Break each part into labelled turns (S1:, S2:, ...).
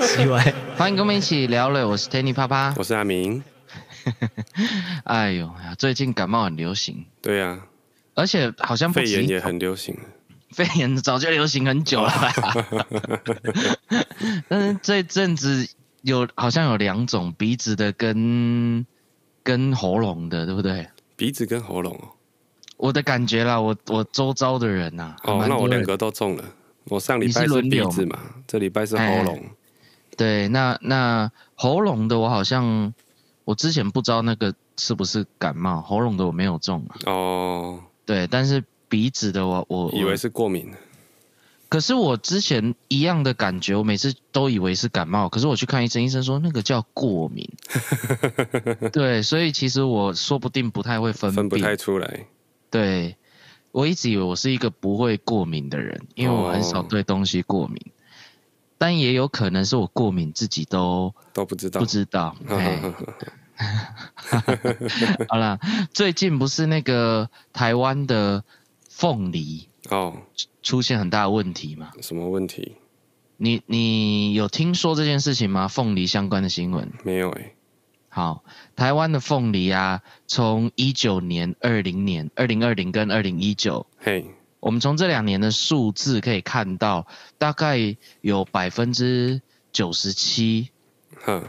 S1: 奇怪，
S2: 欢迎跟我们一起聊了，我是 Tanny 啪啪。
S3: 我是阿明。
S2: 哎呦，最近感冒很流行，
S3: 对啊，
S2: 而且好像不
S3: 肺
S2: 止
S3: 炎
S2: 一
S3: 也很流行。
S2: 肺炎早就流行很久 了啦，但是这阵子有好像有两种鼻子的跟跟喉咙的，对不对？
S3: 鼻子跟喉咙哦，
S2: 我的感觉啦，我我周遭的人呐、
S3: 哦，
S2: 蛮
S3: 那我
S2: 多人
S3: 两个都中了。我上礼
S2: 你是
S3: 拜是
S2: 轮
S3: 鼻
S2: 流
S3: 子嘛，这礼拜是
S2: 哎
S3: 喉咙。
S2: 对，那那喉咙的我好像我之前不知道那个是不是感冒，喉咙的我没有中啊，
S3: 哦，
S2: 对，但是鼻子的我我
S3: 以
S2: 我
S3: 为是过敏。
S2: 可是我之前一样的感觉，我每次都以为是感冒，可是我去看医生，医生说那个叫过 敏。对，所以其实我说不定不太会分
S3: 分不
S2: 辨。
S3: 太出来。
S2: 对，我一直以为我是一个不会过敏的人，因为我很少
S3: 哦
S2: 对东西过敏。但也有可能是我过敏自己都
S3: 都不知道。
S2: 不知 道。
S3: 呵呵
S2: 嘿
S3: 呵呵
S2: 好啦，最近不是那个台湾的凤梨
S3: 哦，
S2: 哎出现很大的问题吗？
S3: 什么问题？
S2: 你你有听说这件事情吗？凤梨相关的新闻。
S3: 没有哎、
S2: 好，台湾的凤梨啊，从一九年、二零年、二零二零跟二零一九，
S3: 嘿，
S2: 我们从这两年的数字可以看到，大概有百分之九十七，
S3: 哼，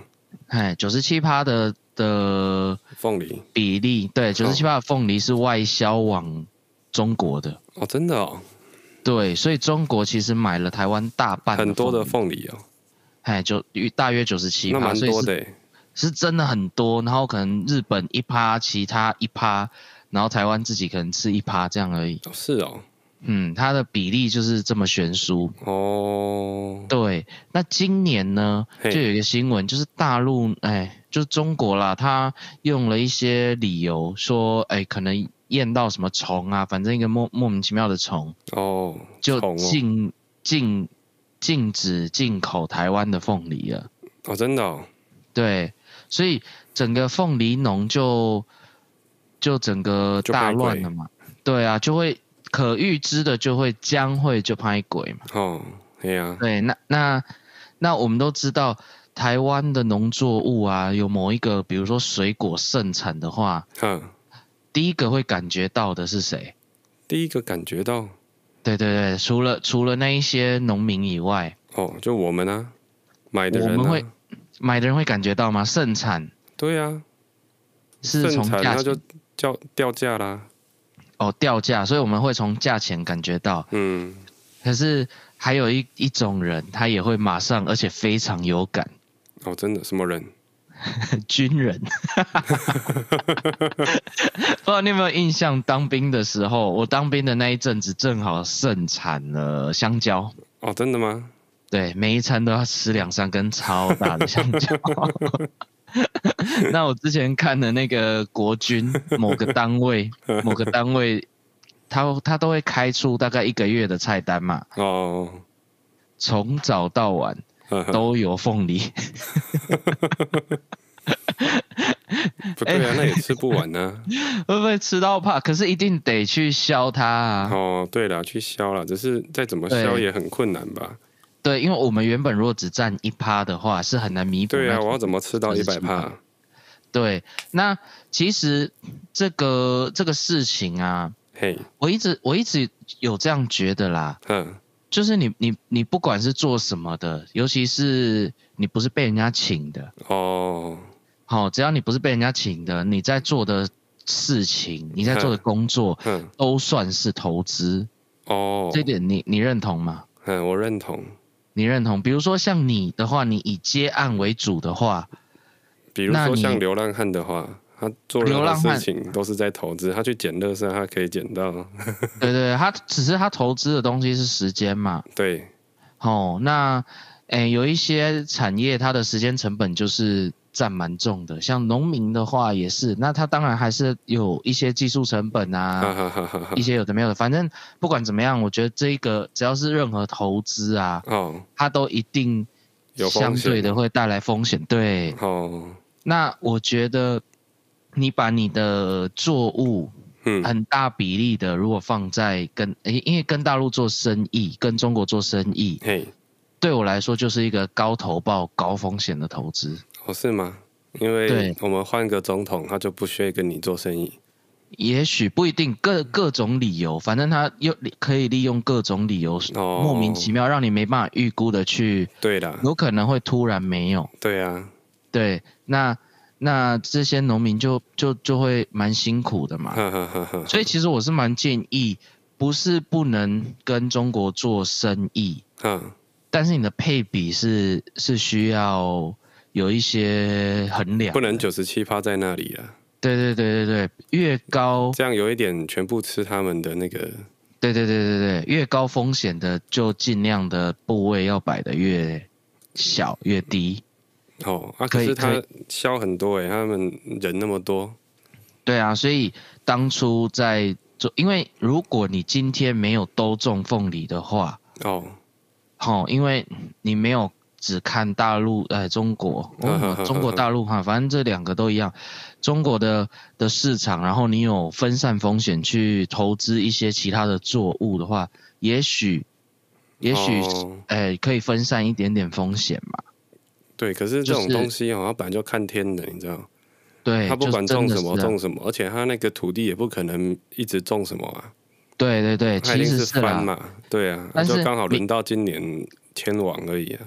S2: 哎，九十七趴的的
S3: 凤梨
S2: 比例，对，九十七趴的凤梨是外销往中国的，
S3: 哦，真的哦，
S2: 对，所以中国其实买了台湾大半
S3: 很多的
S2: 凤梨，
S3: 凤梨哦，
S2: 哎，就大约九十七
S3: 那
S2: 趴，
S3: 蛮
S2: 所以
S3: 多
S2: 是
S3: 的欸、
S2: 是真的很多，然后可能日本一趴，其他一趴，然后台湾自己可能吃一趴这样而已。
S3: 哦，是哦，
S2: 嗯，它的比例就是这么悬殊。
S3: 哦，
S2: 对，那今年呢，
S3: 嘿
S2: 就有一个新闻，就是大陆，哎，就是中国啦，它用了一些理由说，哎，可能验到什么虫啊，反正一个莫莫名其妙的虫，
S3: 哦，
S2: 就
S3: 虫哦，
S2: 禁、禁禁止进口台湾的凤梨了。
S3: 哦，真的哦，
S2: 对，所以整个凤梨农就就整个
S3: 就
S2: 大
S3: 拍
S2: 乱
S3: 鬼
S2: 了嘛。对啊，就会可预知的就会将会就拍鬼嘛。
S3: 哦，哎呀、
S2: 对，那那那我们都知道，台湾的农作物啊，有某一个，比如说水果盛产的话，
S3: 哼，
S2: 第一个会感觉到的是谁？
S3: 第一个感觉到，
S2: 对对对，除了除了那一些农民以外，
S3: 哦，就我们啊，买的人、啊，
S2: 我们会买的人会感觉到吗？盛产
S3: 对啊，
S2: 是
S3: 盛
S2: 从
S3: 产
S2: 价
S3: 那就
S2: 钱
S3: 叫掉价啦，
S2: 哦掉价，所以我们会从价钱感觉到。
S3: 嗯，
S2: 可是还有一一种人，他也会马上，而且非常有感，
S3: 哦，真的什么人？
S2: 军人。不知道你有没有印象，当兵的时候，我当兵的那一阵子正好盛产了香蕉，
S3: 哦，真的吗？
S2: 对，每一餐都要吃两三根超大的香蕉。 那我之前看的那个国军某个单位，某个单位，他他都会开出大概一个月的菜单嘛，
S3: 哦，
S2: 从早到晚。
S3: 呵呵
S2: 都有凤梨，
S3: 不
S2: 哎
S3: 对啊，那也吃不完呢、
S2: 会不会吃到怕？可是一定得去削它啊。
S3: 哦，对了，去削了，只是再怎么削
S2: 对
S3: 也很困难吧？
S2: 对，因为我们原本如果只占一趴的话，是很难弥补那。
S3: 对啊，我要怎么吃到
S2: 就
S3: 一
S2: 是
S3: 百
S2: 吃不完
S3: 帕？
S2: 对，那其实这个这个事情啊，
S3: 嘿，
S2: 我一直我一直有这样觉得啦，
S3: 哼，
S2: 就是你你你不管是做什么的，尤其是你不是被人家请的，
S3: 哦，
S2: 好、只要你不是被人家请的，你在做的事情，你在做的工 作，
S3: 哼，
S2: 都算是投资。
S3: 哦，
S2: 这一点你你认同吗？
S3: 嗯，我认同。
S2: 你认同？比如说像你的话，你以接案为主的 话，
S3: 比如
S2: 那
S3: 说
S2: 你
S3: 像流浪汉的话，他做任
S2: 流
S3: 何
S2: 浪汉
S3: 事情都是在投资，他去捡垃圾，他可以捡到。
S2: 对对，他只是他投资的东西是时间嘛，
S3: 对，
S2: 哦，那诶有一些产业它的时间成本就是占蛮重的，像农民的话也是，那他当然还是有一些技术成本
S3: 哈
S2: 啊，
S3: 哈哈哈哈
S2: 一。些有的没有的，反正不管怎么样，我觉得这一个只要是任何投资啊，
S3: 哦，
S2: 它都一定
S3: 有风
S2: 相
S3: 险
S2: 对的会带来风险，对。
S3: 哦，
S2: 那我觉得你把你的作物
S3: 嗯，
S2: 很大比例的，如果放在跟诶因为跟大陆做生意，跟中国做生意，
S3: 嘿，
S2: 对我来说就是一个高投报、高风险的投资。
S3: 哦，是吗？因为
S2: 对
S3: 我们换个总统，他就不屑跟你做生意。
S2: 也许不一定各
S3: 嗯
S2: 各种理由，反正他又可以利用各种理由，
S3: 哦
S2: 莫名其妙让你没办法预估的去，
S3: 对啦，
S2: 有可能会突然没有。
S3: 对啊，
S2: 对，那那这些农民就就就会蛮辛苦的嘛。
S3: 哈哈哈哈。
S2: 所以其实我是蛮建议，不是不能跟中国做生意，
S3: 嗯，
S2: 但是你的配比是是需要有一些衡量
S3: 不。能九十七趴在那里啦，
S2: 对对对对对，越高，
S3: 这样有一点全部吃他们的那个。
S2: 对对对对对，越高风险的就尽量的部位要摆的越小越低。
S3: 哦，啊，
S2: 可
S3: 可
S2: 以
S3: 是
S2: 可
S3: 他消很多哎、他们人那么多，
S2: 对啊，所以当初在做，因为如果你今天没有都种凤梨的话，
S3: 哦，
S2: 好，因为你没有只看大陆，呃，中国，哦中国大陆哈，反正这两个都一样，中国的的市场，然后你有分散风险去投资一些其他的作物的话，也许，也许，
S3: 哦
S2: 呃，可以分散一点点风险嘛。
S3: 对，可是
S2: 就
S3: 这种
S2: 是
S3: 东西好像本来就看天的，你知道，
S2: 对，
S3: 他不管种什
S2: 就真
S3: 么
S2: 的是啊
S3: 种什么，而且他那个土地也不可能一直种什么啊，
S2: 对对对，
S3: 他一
S2: 其
S3: 定
S2: 实
S3: 是
S2: 啦
S3: 翻，嘛，对啊，
S2: 但是
S3: 就刚好轮到今年迁往而已啊，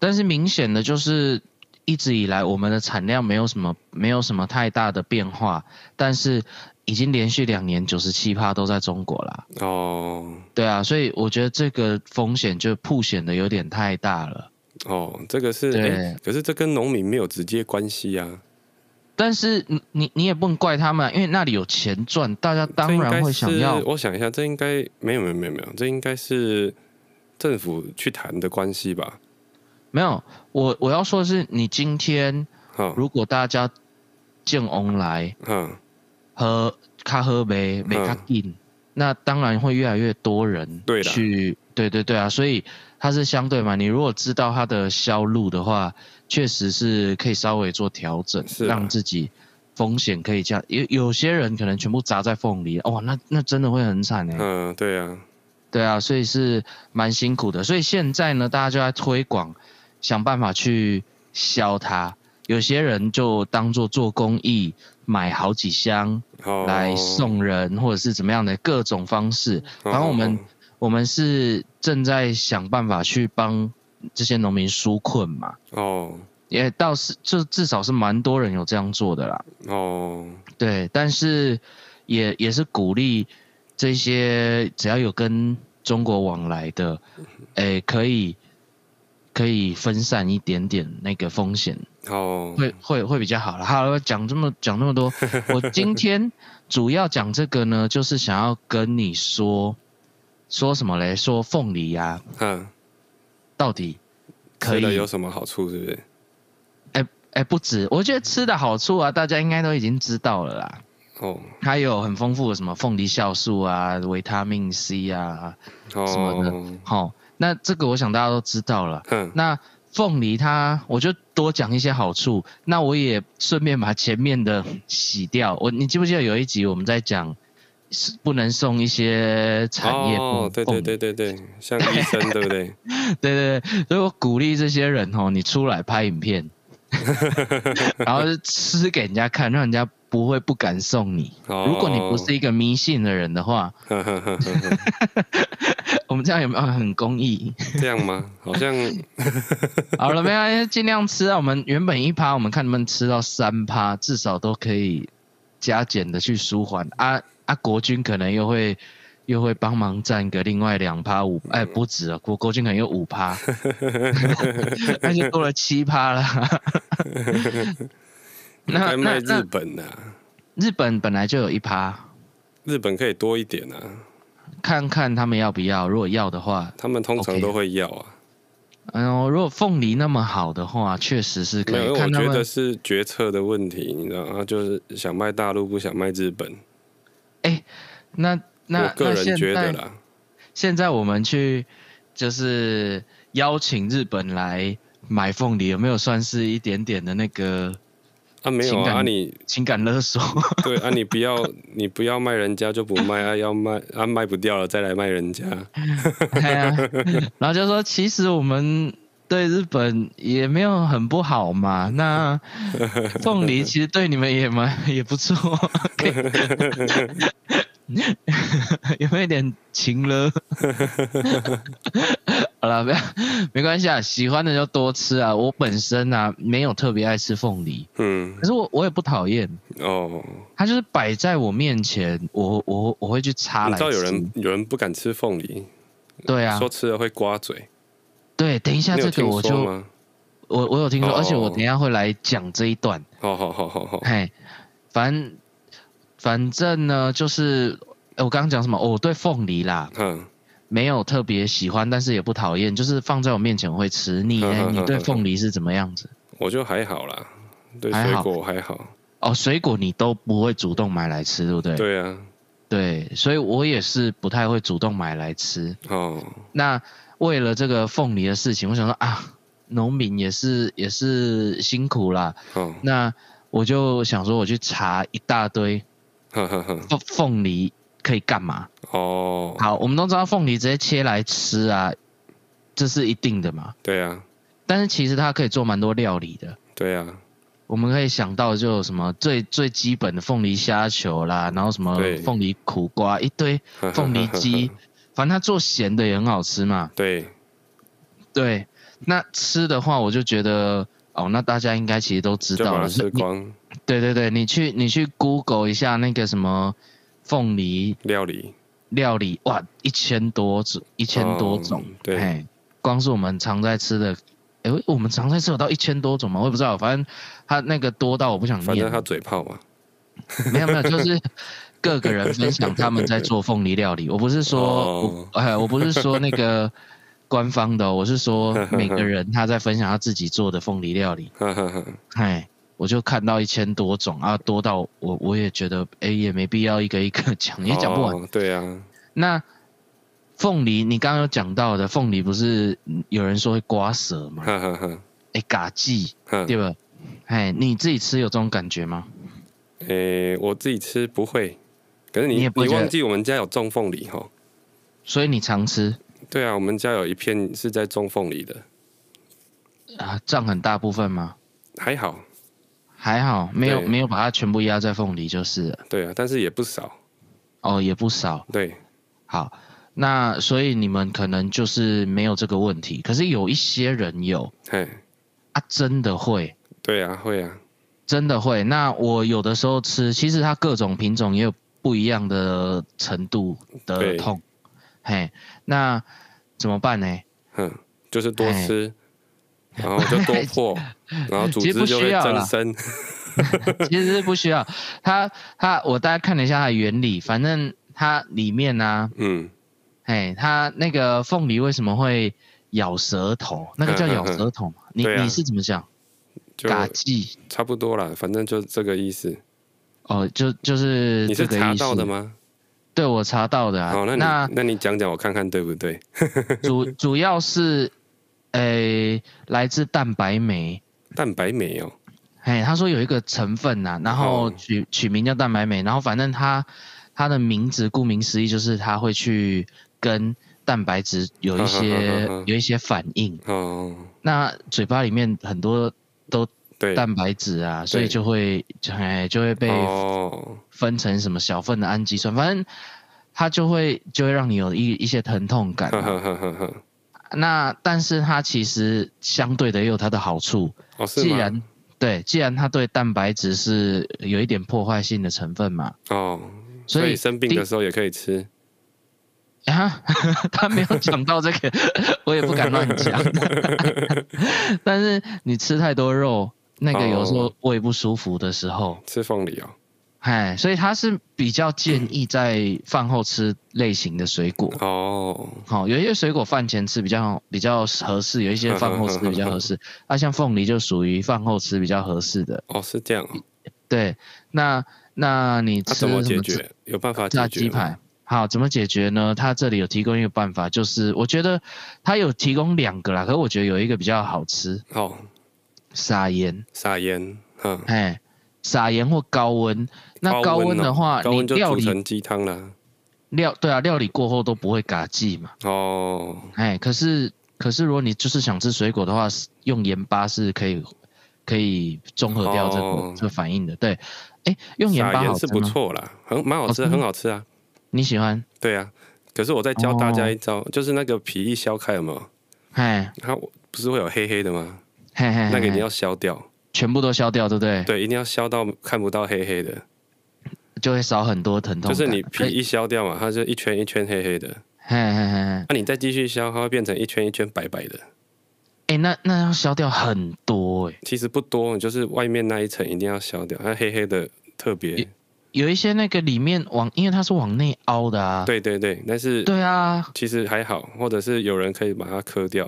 S2: 但是明显的就是一直以来我们的产量没有什么没有什么太大的变化，但是已经连续两年九十七趴都在中国啦。
S3: 哦
S2: 对啊，所以我觉得这个风险就铺显的有点太大了。
S3: 哦，这个是，
S2: 对
S3: 诶可是这跟农民没有直接关系啊，
S2: 但是你你你也不能怪他们啊，因为那里有钱赚，大家
S3: 这
S2: 当
S3: 应该
S2: 然会想要
S3: 是。我想一下，这应该没有没有没有没有，这应该是政府去谈的关系吧，
S2: 没有，我我要说的是，你今天
S3: 哈、
S2: 如果大家见翁来
S3: 哈，
S2: 喝咖喝杯没咖进，那当然会越来越多人
S3: 嗯对啦
S2: 去。对对对啊，所以它是相对嘛。你如果知道它的销路的话，确实是可以稍微做调整，
S3: 是啊
S2: 让自己风险可以降。有有些人可能全部砸在缝里，哇、那那真的会很惨哎、
S3: 嗯，对啊，
S2: 对啊，所以是蛮辛苦的。所以现在呢，大家就在推广，想办法去销它。有些人就当做做公益，买好几箱
S3: 哦，
S2: 来送人，或者是怎么样的各种方式。
S3: 哦，
S2: 反正我们我们是正在想办法去帮这些农民纾困嘛，
S3: 哦
S2: 也倒是就至少是蛮多人有这样做的啦。
S3: 哦，
S2: 对，但是也也是鼓励这些只要有跟中国往来的，诶、可以可以分散一点点那个风险，
S3: 哦，
S2: 会会会比较好了。好了，讲这么讲那么 多，我今天主要讲这个呢，就是想要跟你说说什么嘞？说凤梨呀、
S3: 嗯，
S2: 到底可
S3: 吃
S2: 以
S3: 了有什么好处？是不是？
S2: 哎、不止，我觉得吃的好处啊，大家应该都已经知道了啦。
S3: 哦
S2: 它有很丰富的什么凤梨酵素啊、维他命 C 啊，什么
S3: 哦，
S2: 好、那这个我想大家都知道了。
S3: 哼，
S2: 那凤梨它，我就多讲一些好处。那我也顺便把前面的洗掉。我你记不记得有一集我们在讲，是不能送一些产业
S3: 哦，
S2: 凤
S3: 对对对对对，像医生对不对？
S2: 对对对，所以我鼓励这些人哦，你出来拍影 片，然后吃给人家看，让人家不会不敢送你。
S3: 哦，
S2: 如果你不是一个迷信的人的话，
S3: 呵呵呵呵呵，
S2: 我们这样有没有很公益？
S3: 哦这样吗？好 像
S2: 好了，没有，尽量吃啊。我们原本一趴，我们看能不能吃到三趴，至少都可以加减的去舒缓。啊啊，国军可能又会又会帮忙占个另外两趴五，哎，不止了，国国军可能又五趴，那就多了七趴了。那
S3: 该卖
S2: 那
S3: 日
S2: 那
S3: 本啊，
S2: 日本本来就有一趴，
S3: 日本可以多一点啊，
S2: 看看他们要不要。如果要的话，
S3: 他们通常
S2: OK
S3: 都会要啊。
S2: 嗯、如果凤梨那么好的话，确实是可
S3: 没有，
S2: 以
S3: 因为我
S2: 看他
S3: 觉
S2: 们
S3: 得。是决策的问题，你知道，他就是想卖大陆，不想卖日本。
S2: 那那
S3: 我个
S2: 那现
S3: 人觉
S2: 在
S3: 得啦，
S2: 现在我们去就是邀请日本来买凤梨，有没有算是一点点的那个
S3: 啊，没有
S2: 情
S3: 啊，
S2: 感
S3: 啊你
S2: 情感勒索，
S3: 对啊，你不要 你不要卖人家就不卖啊，要卖啊卖不掉了再来卖人家，
S2: 对啊，然后就说其实我们对日本也没有很不好嘛， 那凤梨其实对你们也蛮 也不错，可以 有没有一点情了？ 好了，不要没关系啊，喜欢的就多吃啊。我本身啊没有特别爱吃凤梨，
S3: 嗯
S2: 可是我我也不讨厌，
S3: 哦，
S2: 它就是摆在我面前，我我我会去擦
S3: 你
S2: 来吃。
S3: 知道有人有人不敢吃凤梨，
S2: 对啊
S3: 说，吃了会刮嘴，
S2: 对，等一下
S3: 你有
S2: 这个
S3: 听
S2: 我
S3: 说
S2: 就
S3: 吗？
S2: 我我有听说，
S3: 哦
S2: 而且我等一下会来讲这一段。
S3: 好哦好好好好，
S2: 嘿，反反正呢，就是呃我刚刚讲什么、哦我对凤梨啦，
S3: 嗯
S2: 没有特别喜欢，但是也不讨厌，就是放在我面前我会吃。你
S3: 呵呵
S2: 呢？
S3: 呵
S2: 你对凤梨是怎么样子？
S3: 我就还好啦，对
S2: 还
S3: 水
S2: 好
S3: 果还好，
S2: 哦，水果你都不会主动买来吃，对不对？
S3: 对啊，
S2: 对，所以我也是不太会主动买来吃。
S3: 哦，
S2: 那为了这个凤梨的事情，我想说啊，农民也是也是辛苦啦。
S3: 哦，
S2: 那我就想说，我去查一大堆
S3: 哈哈哈，
S2: 凤凤梨可以干嘛？
S3: 哦，
S2: 好，我们都知道凤梨直接切来吃啊，这是一定的嘛。
S3: 对啊，
S2: 但是其实它可以做蛮多料理的。
S3: 对啊，
S2: 我们可以想到就有什么最最基本的凤梨虾球啦，然后什么
S3: 对
S2: 凤梨苦瓜一 堆，
S3: 哈哈
S2: 凤梨鸡，
S3: 哈哈，
S2: 反正它做咸的也很好吃嘛。
S3: 对，
S2: 对，那吃的话，我就觉得哦，那大家应该其实都知
S3: 就
S2: 道
S3: 把
S2: 了。
S3: 它
S2: 所以
S3: 吃
S2: 你
S3: 光，
S2: 对对对，你去你去 Google 一下那个什么凤梨
S3: 料理
S2: 料理，哇，一千多种，一千多种，
S3: 哦对
S2: 嘿，光是我们常在吃的。哎、我们常在吃有到一千多种吗？我也不知道，反正它那个多到我不想
S3: 反
S2: 念
S3: 正。他嘴炮嘛，
S2: 没有没有，就是各个人分享他们在做凤梨料理。我不是说，
S3: 哦
S2: 我哎，我不是说那个官方的哦、我是说每个人他在分享他自己做的凤梨料理。
S3: 哈哈哈，
S2: 哎，我就看到一千多种啊，多到我我也觉得，哎，也没必要一个一个讲，也讲不完。
S3: 哦，对啊，
S2: 那凤梨，你刚刚有讲到的凤梨，不是嗯有人说会刮舌吗？
S3: 哈哈哈，
S2: 哎，嘎叽，
S3: 哈，
S2: 对吧？哎，你自己吃有这种感觉吗？
S3: 诶，我自己吃不会，可是
S2: 你
S3: 你
S2: 也不会觉得
S3: 忘记我们家有种凤梨哈，
S2: 所以你常吃
S3: 对啊，我们家有一片是在种凤梨的，
S2: 啊，占很大部分吗？
S3: 还好，
S2: 还好，没有
S3: 对
S2: 没有把它全部压在凤梨就是了
S3: 对啊，但是也不少，
S2: 哦，也不少。
S3: 对，
S2: 好，那所以你们可能就是没有这个问题，可是有一些人有
S3: 嘿，
S2: 啊，真的会，
S3: 对啊，会啊，
S2: 真的会。那我有的时候吃，其实它各种品种也有不一样的程度的
S3: 对
S2: 痛，嘿，那怎么办呢？
S3: 哼，嗯就是多
S2: 哎
S3: 吃，然后就 多破，然后组
S2: 其实不
S3: 织就会
S2: 需要
S3: 增
S2: 啦
S3: 生。
S2: 其实是不需要，它它我大概看了一下它的原理，反正它里面呢、
S3: 嗯，
S2: 哎，它那个凤梨为什么会咬舌头？那个叫咬舌头嘛？你
S3: 嗯对啊
S2: 你是怎么讲？
S3: 就
S2: 嘎叽
S3: 差不多啦，反正就这个意思。
S2: 哦，就就是
S3: 你
S2: 这
S3: 是
S2: 个
S3: 查
S2: 意
S3: 到
S2: 思
S3: 的？吗？
S2: 对，我查到的啊。
S3: 好，那你那你讲讲我看看对不对？
S2: 主主要是，诶、来自蛋白酶。
S3: 蛋白酶哦，
S2: 哎，他说有一个成分呐、然后
S3: 哦
S2: 取取名叫蛋白酶，然后反正它它的名字顾名思义就是它会去跟蛋白质有一 些有一些反应。
S3: 哦，
S2: 那嘴巴里面很多都
S3: 对，
S2: 蛋白质啊，所以
S3: 对
S2: 就会就哎就会被
S3: 哦，
S2: 分成什么小份的氨基酸，反正它就会就会让你有一一些疼痛感、
S3: 哈
S2: 啊。
S3: 哈哈哈哈，
S2: 那但是它其实相对的也有它的好处，
S3: 哦是
S2: 既
S3: 吗？
S2: 然对，既然它对蛋白质是有一点破坏性的成分嘛，
S3: 哦，
S2: 所
S3: 所以
S2: 以
S3: 生病的时候也可以吃。
S2: 啊， 他没有讲到这个， 我也不敢乱讲。 但是你吃太多肉，那个有时候
S3: 哦
S2: 胃不舒服的时候，
S3: 吃凤梨哦，
S2: 哎，所以它是比较建议在饭后吃类型的水果。
S3: 哦，
S2: 好、有一些水果饭前吃比较比较合适，有一些饭后吃比较合 适。那、像凤梨就属于饭后吃比较合适的。
S3: 哦是这样哦，
S2: 对，那那你
S3: 那
S2: 吃
S3: 怎么
S2: 什
S3: 解
S2: 么
S3: 决？有办法
S2: 炸
S3: 解
S2: 鸡
S3: 决吗？
S2: 排？好，怎么解决呢？它这里有提供一个办法，就是我觉得它有提供两个啦，可是我觉得有一个比较好吃，
S3: 哦，
S2: 撒盐。
S3: 撒盐，嗯，
S2: 哎，撒盐或高温。那
S3: 高
S2: 高
S3: 温
S2: 温
S3: 哦
S2: 的话，
S3: 高
S2: 你
S3: 温就
S2: 料
S3: 煮
S2: 理
S3: 成鸡汤啦。
S2: 料对啊，料理过后都不会嘎叽嘛。
S3: 哦，
S2: 哎，可是可是如果你就是想吃水果的话，是用盐巴是可以可以综合掉这个、
S3: 哦
S2: 这个反应的。对，哎，用盐
S3: 撒
S2: 巴
S3: 盐
S2: 好
S3: 是
S2: 吃
S3: 不
S2: 吗？
S3: 错啦，很蛮好吃
S2: 哦
S3: 的，
S2: 真的
S3: 很好吃啊。
S2: 你喜欢？
S3: 对啊，可是我再教大家
S2: 哦
S3: 一招，就是那个皮一削开有没有？
S2: 哎，
S3: 它不是会有黑黑的吗？
S2: 嘿嘿嘿，
S3: 那个你
S2: 嘿
S3: 要削掉，
S2: 全部都消掉，对不对？
S3: 对，一定要削到看不到黑黑的，
S2: 就会少很多疼痛
S3: 就
S2: 感。
S3: 是你皮
S2: 哎
S3: 一削掉嘛，它就一圈一圈黑黑的。
S2: 嘿嘿嘿嘿，
S3: 那、你再继续削，它会变成一圈一圈白白的。
S2: 哎，那那要消掉很多哎、
S3: 其实不多，就是外面那一层一定要削掉，它黑黑的特别
S2: 也。有一些那个里面往，因为它是往内凹的啊。
S3: 对对对，但是
S2: 对啊，
S3: 其实还好，或者是有人可以把它磕掉，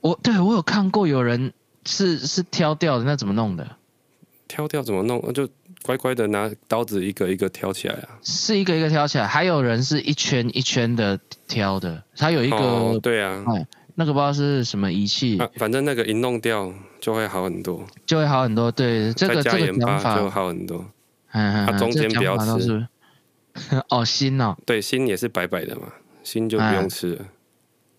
S2: 我对我有看过有人是是挑掉的，那怎么弄的？
S3: 挑掉怎么弄？哦就乖乖的拿刀子一个一个挑起来啊。
S2: 是一个一个挑起来，还有人是一圈一圈的挑的。它有一个、哎嗯
S3: 哦，对啊，
S2: 那个不知道是什么仪器，
S3: 啊，反正那个一弄掉就会好很多，
S2: 就会好很多。对，这个
S3: 再加
S2: 这个
S3: 盐
S2: 讲
S3: 巴
S2: 法
S3: 就，好很多。
S2: 嗯嗯
S3: 它
S2: 嗯，
S3: 中
S2: 这个
S3: 间不要
S2: 讲法都
S3: 吃
S2: 是 哦心哦。
S3: 对，心也是白白的嘛，心
S2: 哎
S3: 就不用吃
S2: 啊
S3: 了。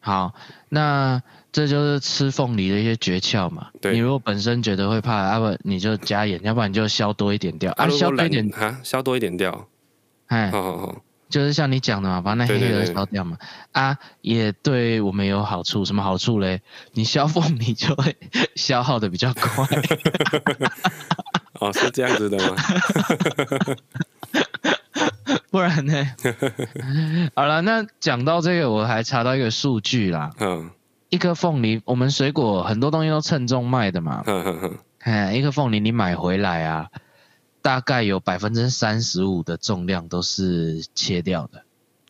S2: 好，那这就是吃凤梨的一些诀窍嘛。
S3: 对
S2: 你如果本身觉得会怕，啊要、不然你就加盐，要不然你就削多一点掉。啊，
S3: 如
S2: 削
S3: 果
S2: 多一
S3: 懒
S2: 点，
S3: 啊，削多一点掉，哦
S2: 哎，
S3: 好好好，
S2: 就是像你讲的嘛，把那黑黑
S3: 对对
S2: 的
S3: 对
S2: 削掉嘛。啊，也对我们有好处，什么好处嘞？你削凤梨就会 消耗的比较 快。
S3: 哦，是这样子的吗？
S2: 不然呢？ 好了，那讲到这个，我还查到一个数据啦，
S3: 嗯
S2: 一颗凤梨，我们水果很多东西都称重卖的嘛，
S3: 哼哼哼，
S2: 哎，一颗凤梨你买回来啊，大概有百分之三十五的重量都是切掉的，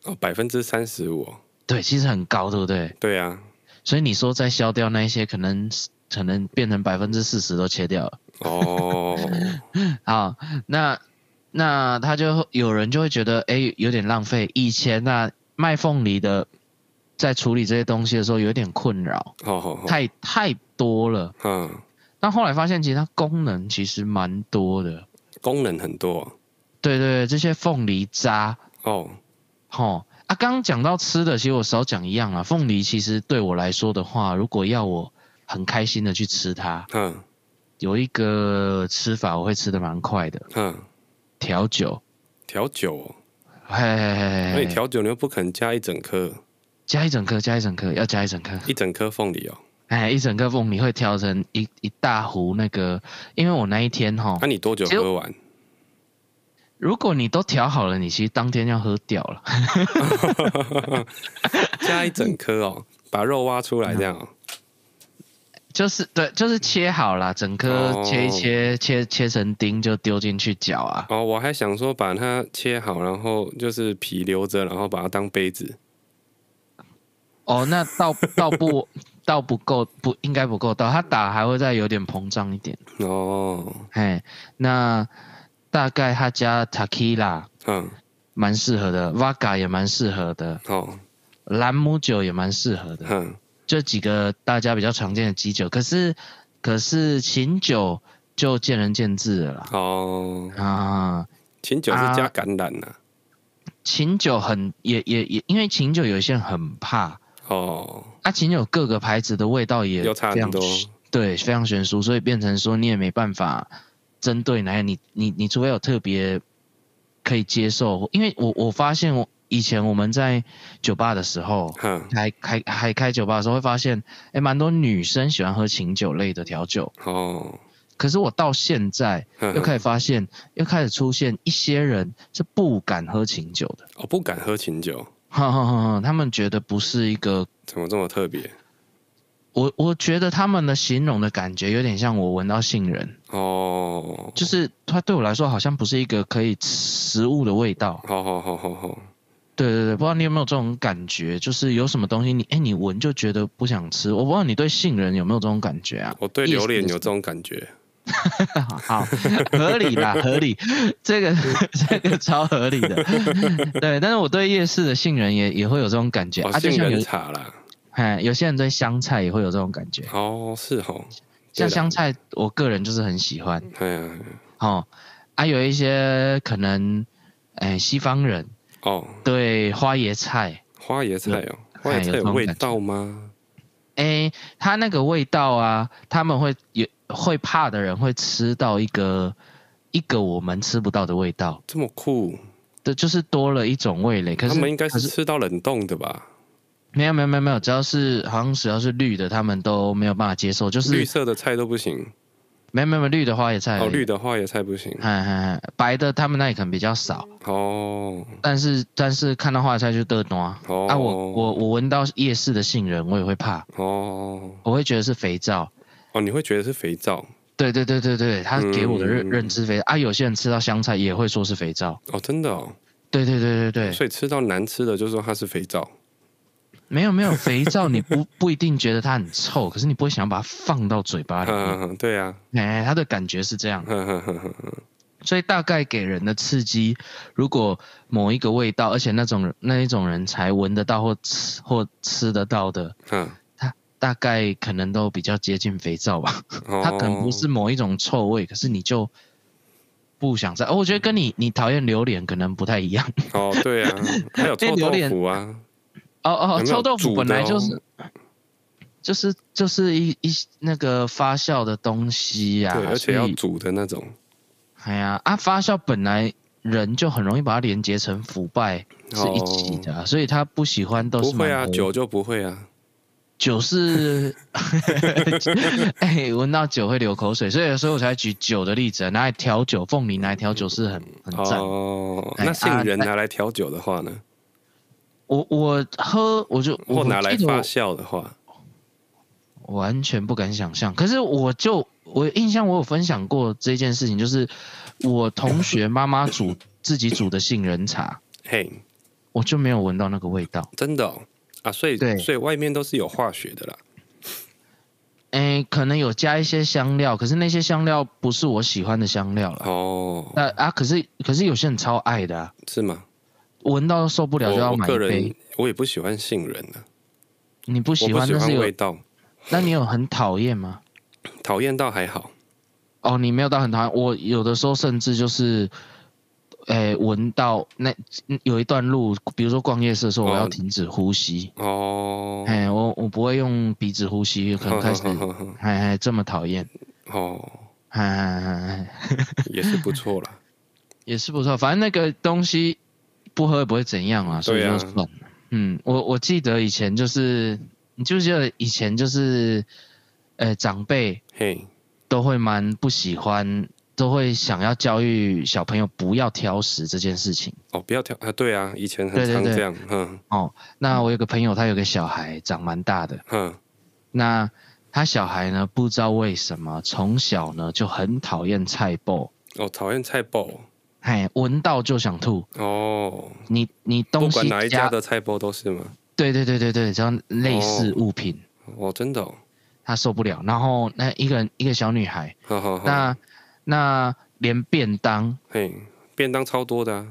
S3: 哦，百分之三十五，
S2: 对，其实很高，对不对？
S3: 对啊，
S2: 所以你说再削掉那一些，可能可能变成百分之四十都切掉了，
S3: 哦，
S2: 好，那那他就有人就会觉得，哎，有点浪费。以前那、卖凤梨的。在处理这些东西的时候有点困扰，
S3: 好好好，
S2: 太太多了。
S3: 哦嗯，
S2: 但后来发现，其实它功能其实蛮多的。
S3: 功能很多
S2: 对对对，这些凤梨渣，
S3: 哦，
S2: 吼啊，刚刚讲到吃的，其实我少讲一样啊。凤梨其实对我来说的话，如果要我很开心的去吃它，
S3: 哼
S2: 有一个吃法我会吃的蛮快的，
S3: 哼，
S2: 调酒。
S3: 嗯调酒、哦，
S2: 嘿嘿嘿
S3: 那
S2: 嘿
S3: 你
S2: 嘿，
S3: 调酒你又不肯加一整颗，
S2: 加一整颗，加一整颗，要加一整颗。
S3: 一整颗凤梨哦，
S2: 哎，一整颗凤梨会调成一一大壶那个，因为我那一天哈
S3: 啊那、，你多久
S2: 其实
S3: 喝完？
S2: 如果你都调好了，你其实当天要喝掉了。
S3: 加一整颗 哦，把肉挖出来这样、哦，
S2: 嗯就是对，就是切好啦，整颗
S3: 哦
S2: 切一切，切切成丁就丢进去搅啊。
S3: 哦，我还想说把它切好，然后就是皮留着，然后把它当杯子。
S2: 哦，那倒倒不倒不够，不应该不够倒，它打还会再有点膨胀一点。
S3: 哦，
S2: 嘿，那大概他加 tequila
S3: 嗯，
S2: 蛮适合的，Vaga 也蛮适合的，
S3: 哦，
S2: 兰姆酒也蛮适合的，
S3: 嗯，
S2: 这几个大家比较常见的基酒。可是可是琴酒就见仁见智了啦。
S3: 哦，
S2: 啊，
S3: 琴酒是
S2: 啊
S3: 加橄榄呐、
S2: 琴酒很也也也，因为琴酒有一些人很怕，
S3: 哦，
S2: 啊，琴酒各个牌子的味道也
S3: 又差
S2: 非常
S3: 很多。
S2: 对，非常悬殊，所以变成说你也没办法针对哪一个你你你除非有特别可以接受，因为我我发现我以前我们在酒吧的时候，
S3: 哼，
S2: 还还还开酒吧的时候会发现，哎，蛮多女生喜欢喝琴酒类的调酒，
S3: 哦，嗯
S2: 可是我到现在
S3: 哼
S2: 又
S3: 哼
S2: 开始发现，又开始出现一些人是不敢喝琴酒的，
S3: 我、哦不敢喝琴酒，
S2: 哈哈哈哈，他们觉得不是一个
S3: 怎么这么特别？
S2: 我我觉得他们的形容的感觉有点像我闻到杏仁，
S3: 哦，
S2: 就是它对我来说好像不是一个可以食物的味道。
S3: 好好好好好，
S2: 对对对，不知道你有没有这种感觉，就是有什么东西你哎你闻就觉得不想吃。我不知道你对杏仁有没有这种感 觉啊？
S3: 我对
S2: 意思
S3: 榴莲
S2: 是
S3: 有这种感觉。
S2: 好，合理 啦，合理，这个 这个超合理的。对，但是我对夜市的杏仁也也会有这种感觉、
S3: 哦，
S2: 啊，就
S3: 杏
S2: 像
S3: 仁
S2: 有
S3: 茶啦。
S2: 哎有些人对香菜也会有这种感觉，
S3: 哦，是哦。
S2: 像
S3: 对啦
S2: 香菜我个人就是很喜欢。
S3: 哎呀，
S2: 哦，还、有一些可能，哎，西方人
S3: 哦，
S2: 对花椰菜，
S3: 花椰菜哦，花
S2: 哎有
S3: 椰菜
S2: 这
S3: 有
S2: 种
S3: 味
S2: 感觉
S3: 道吗？
S2: 哎，它那个味道啊，他们会有会怕的人会吃到一个一个我们吃不到的味道，
S3: 这么酷，
S2: 这就是多了一种味蕾。可
S3: 他
S2: 是
S3: 们应该
S2: 可
S3: 是
S2: 是
S3: 吃到冷冻的吧？
S2: 没有没有没有没有，只要是好像只要是绿的，他们都没有办法接受，就
S3: 绿
S2: 是哎
S3: 色的菜都不行，
S2: 没有没有没有绿的花椰菜而已，
S3: 哦，绿的花椰菜不行，
S2: 嗨嗨嗨，白的他们那里可能比较少，
S3: 哦
S2: 但是但是看到花椰菜就得多啊。
S3: 哦，
S2: 啊，我我我闻到夜市的杏仁，我也会怕，
S3: 哦
S2: 我会觉得是肥皂。
S3: 哦，你会觉得是肥皂
S2: 对对对对对，他给我的认、
S3: 嗯
S2: 认知肥皂啊，有些人吃到香菜也会说是肥皂。
S3: 哦，真的哦，
S2: 对对对对 对，
S3: 所以吃到难吃的就说它是肥皂，
S2: 没有没有肥皂，你 不不一定觉得它很臭，可是你不会想把它放到嘴巴里面。
S3: 嗯，对啊，
S2: 哎，它的感觉是这样，
S3: 哼哼哼哼哼
S2: 所以大概给人的刺激，如果某一个味道，而且那种那一种人才闻得到或吃或吃得到的，
S3: 哼，
S2: 大概可能都比较接近肥皂吧，
S3: 哦
S2: 它可能不是某一种臭味，可是你就不想再。哦，我觉得跟你你讨厌榴莲可能不太一样。
S3: 哦，对 啊，还有
S2: 因
S3: 臭
S2: 为榴
S3: 豆
S2: 莲
S3: 腐啊，
S2: 哦哦，
S3: 有没有
S2: 臭豆腐
S3: 煮的
S2: 本来就是、
S3: 哦
S2: 就是就是一一那个发酵的东西呀、
S3: 对，
S2: 啊，
S3: 而且
S2: 所
S3: 要
S2: 以
S3: 煮的那种，
S2: 哎呀啊，发酵本来人就很容易把它连接成腐败是一起的啊、所以他不喜欢都
S3: 哦不
S2: 是
S3: 会啊，
S2: 蛮合
S3: 酒就不会啊，
S2: 酒是， 哎，闻到酒会流口水，所以所以我才举酒的例子啊，拿来调酒，凤梨拿来调酒是很很赞。
S3: 哦，
S2: 哎
S3: 那杏
S2: 啊
S3: 仁
S2: 那
S3: 拿来调酒的话呢，
S2: 我我喝我就
S3: 或
S2: 我
S3: 拿来
S2: 记得
S3: 发
S2: 我
S3: 酵的话，
S2: 我完全不敢想象。可是我就我印象我有分享过这件事情，就是我同学妈妈煮自己煮的杏仁茶，
S3: 嘿，
S2: 我就没有闻到那个味道。
S3: 真的哦啊，所以
S2: 对
S3: 所以外面都是有化学的啦，
S2: 哎，可能有加一些香料，可是那些香料不是我喜欢的香料了。
S3: 哦，
S2: 那啊，可是可是有些人超爱的啊。
S3: 是吗？
S2: 闻到受不了就
S3: 我
S2: 要
S3: 我
S2: 买
S3: 个
S2: 一
S3: 人
S2: 杯。
S3: 我也不喜欢杏仁啊，
S2: 你不
S3: 我
S2: 喜
S3: 不
S2: 欢，
S3: 喜
S2: 但是
S3: 欢味
S2: 有，
S3: 道，
S2: 那你有很讨厌吗？
S3: 讨厌到还好，
S2: 哦，你没有到很讨厌，我有的时候甚至就是，诶、闻到那有一段路，比如说逛夜市的时候，
S3: 哦
S2: 我要停止呼吸，
S3: 哦，
S2: 哎、我我不会用鼻子呼吸，可能开 始，哎哎，这么讨厌，
S3: 哦，
S2: 哎哎哎，嘿
S3: 也是不错啦。
S2: 也是不错，反正那个东西不喝也不会怎样啊，所以
S3: 对啊
S2: 就算了。嗯，我我记得以前就是，你记不记得以前就是，呃，长辈
S3: 嘿，
S2: 都会蛮不喜欢，都会想要教育小朋友不要挑食这件事情。
S3: 哦，不要挑啊，对啊，以前很
S2: 对对
S3: 常
S2: 对
S3: 这样，嗯
S2: 哦，那我有个朋友，他有个小孩长蛮大的，
S3: 嗯，
S2: 那他小孩呢，不知道为什么从小呢就很讨厌菜爆，
S3: 哦，讨厌菜包，
S2: 哎，闻到就想吐。
S3: 哦，
S2: 你你
S3: 不
S2: 东
S3: 管
S2: 西
S3: 哪一家的菜包都是吗？
S2: 对对对对对，只要类似物品，
S3: 哦，真的、哦，
S2: 他受不了。然后那一个人一个小女孩，
S3: 哈哈哈，
S2: 那那连便当
S3: 嘿，便当超多的、啊，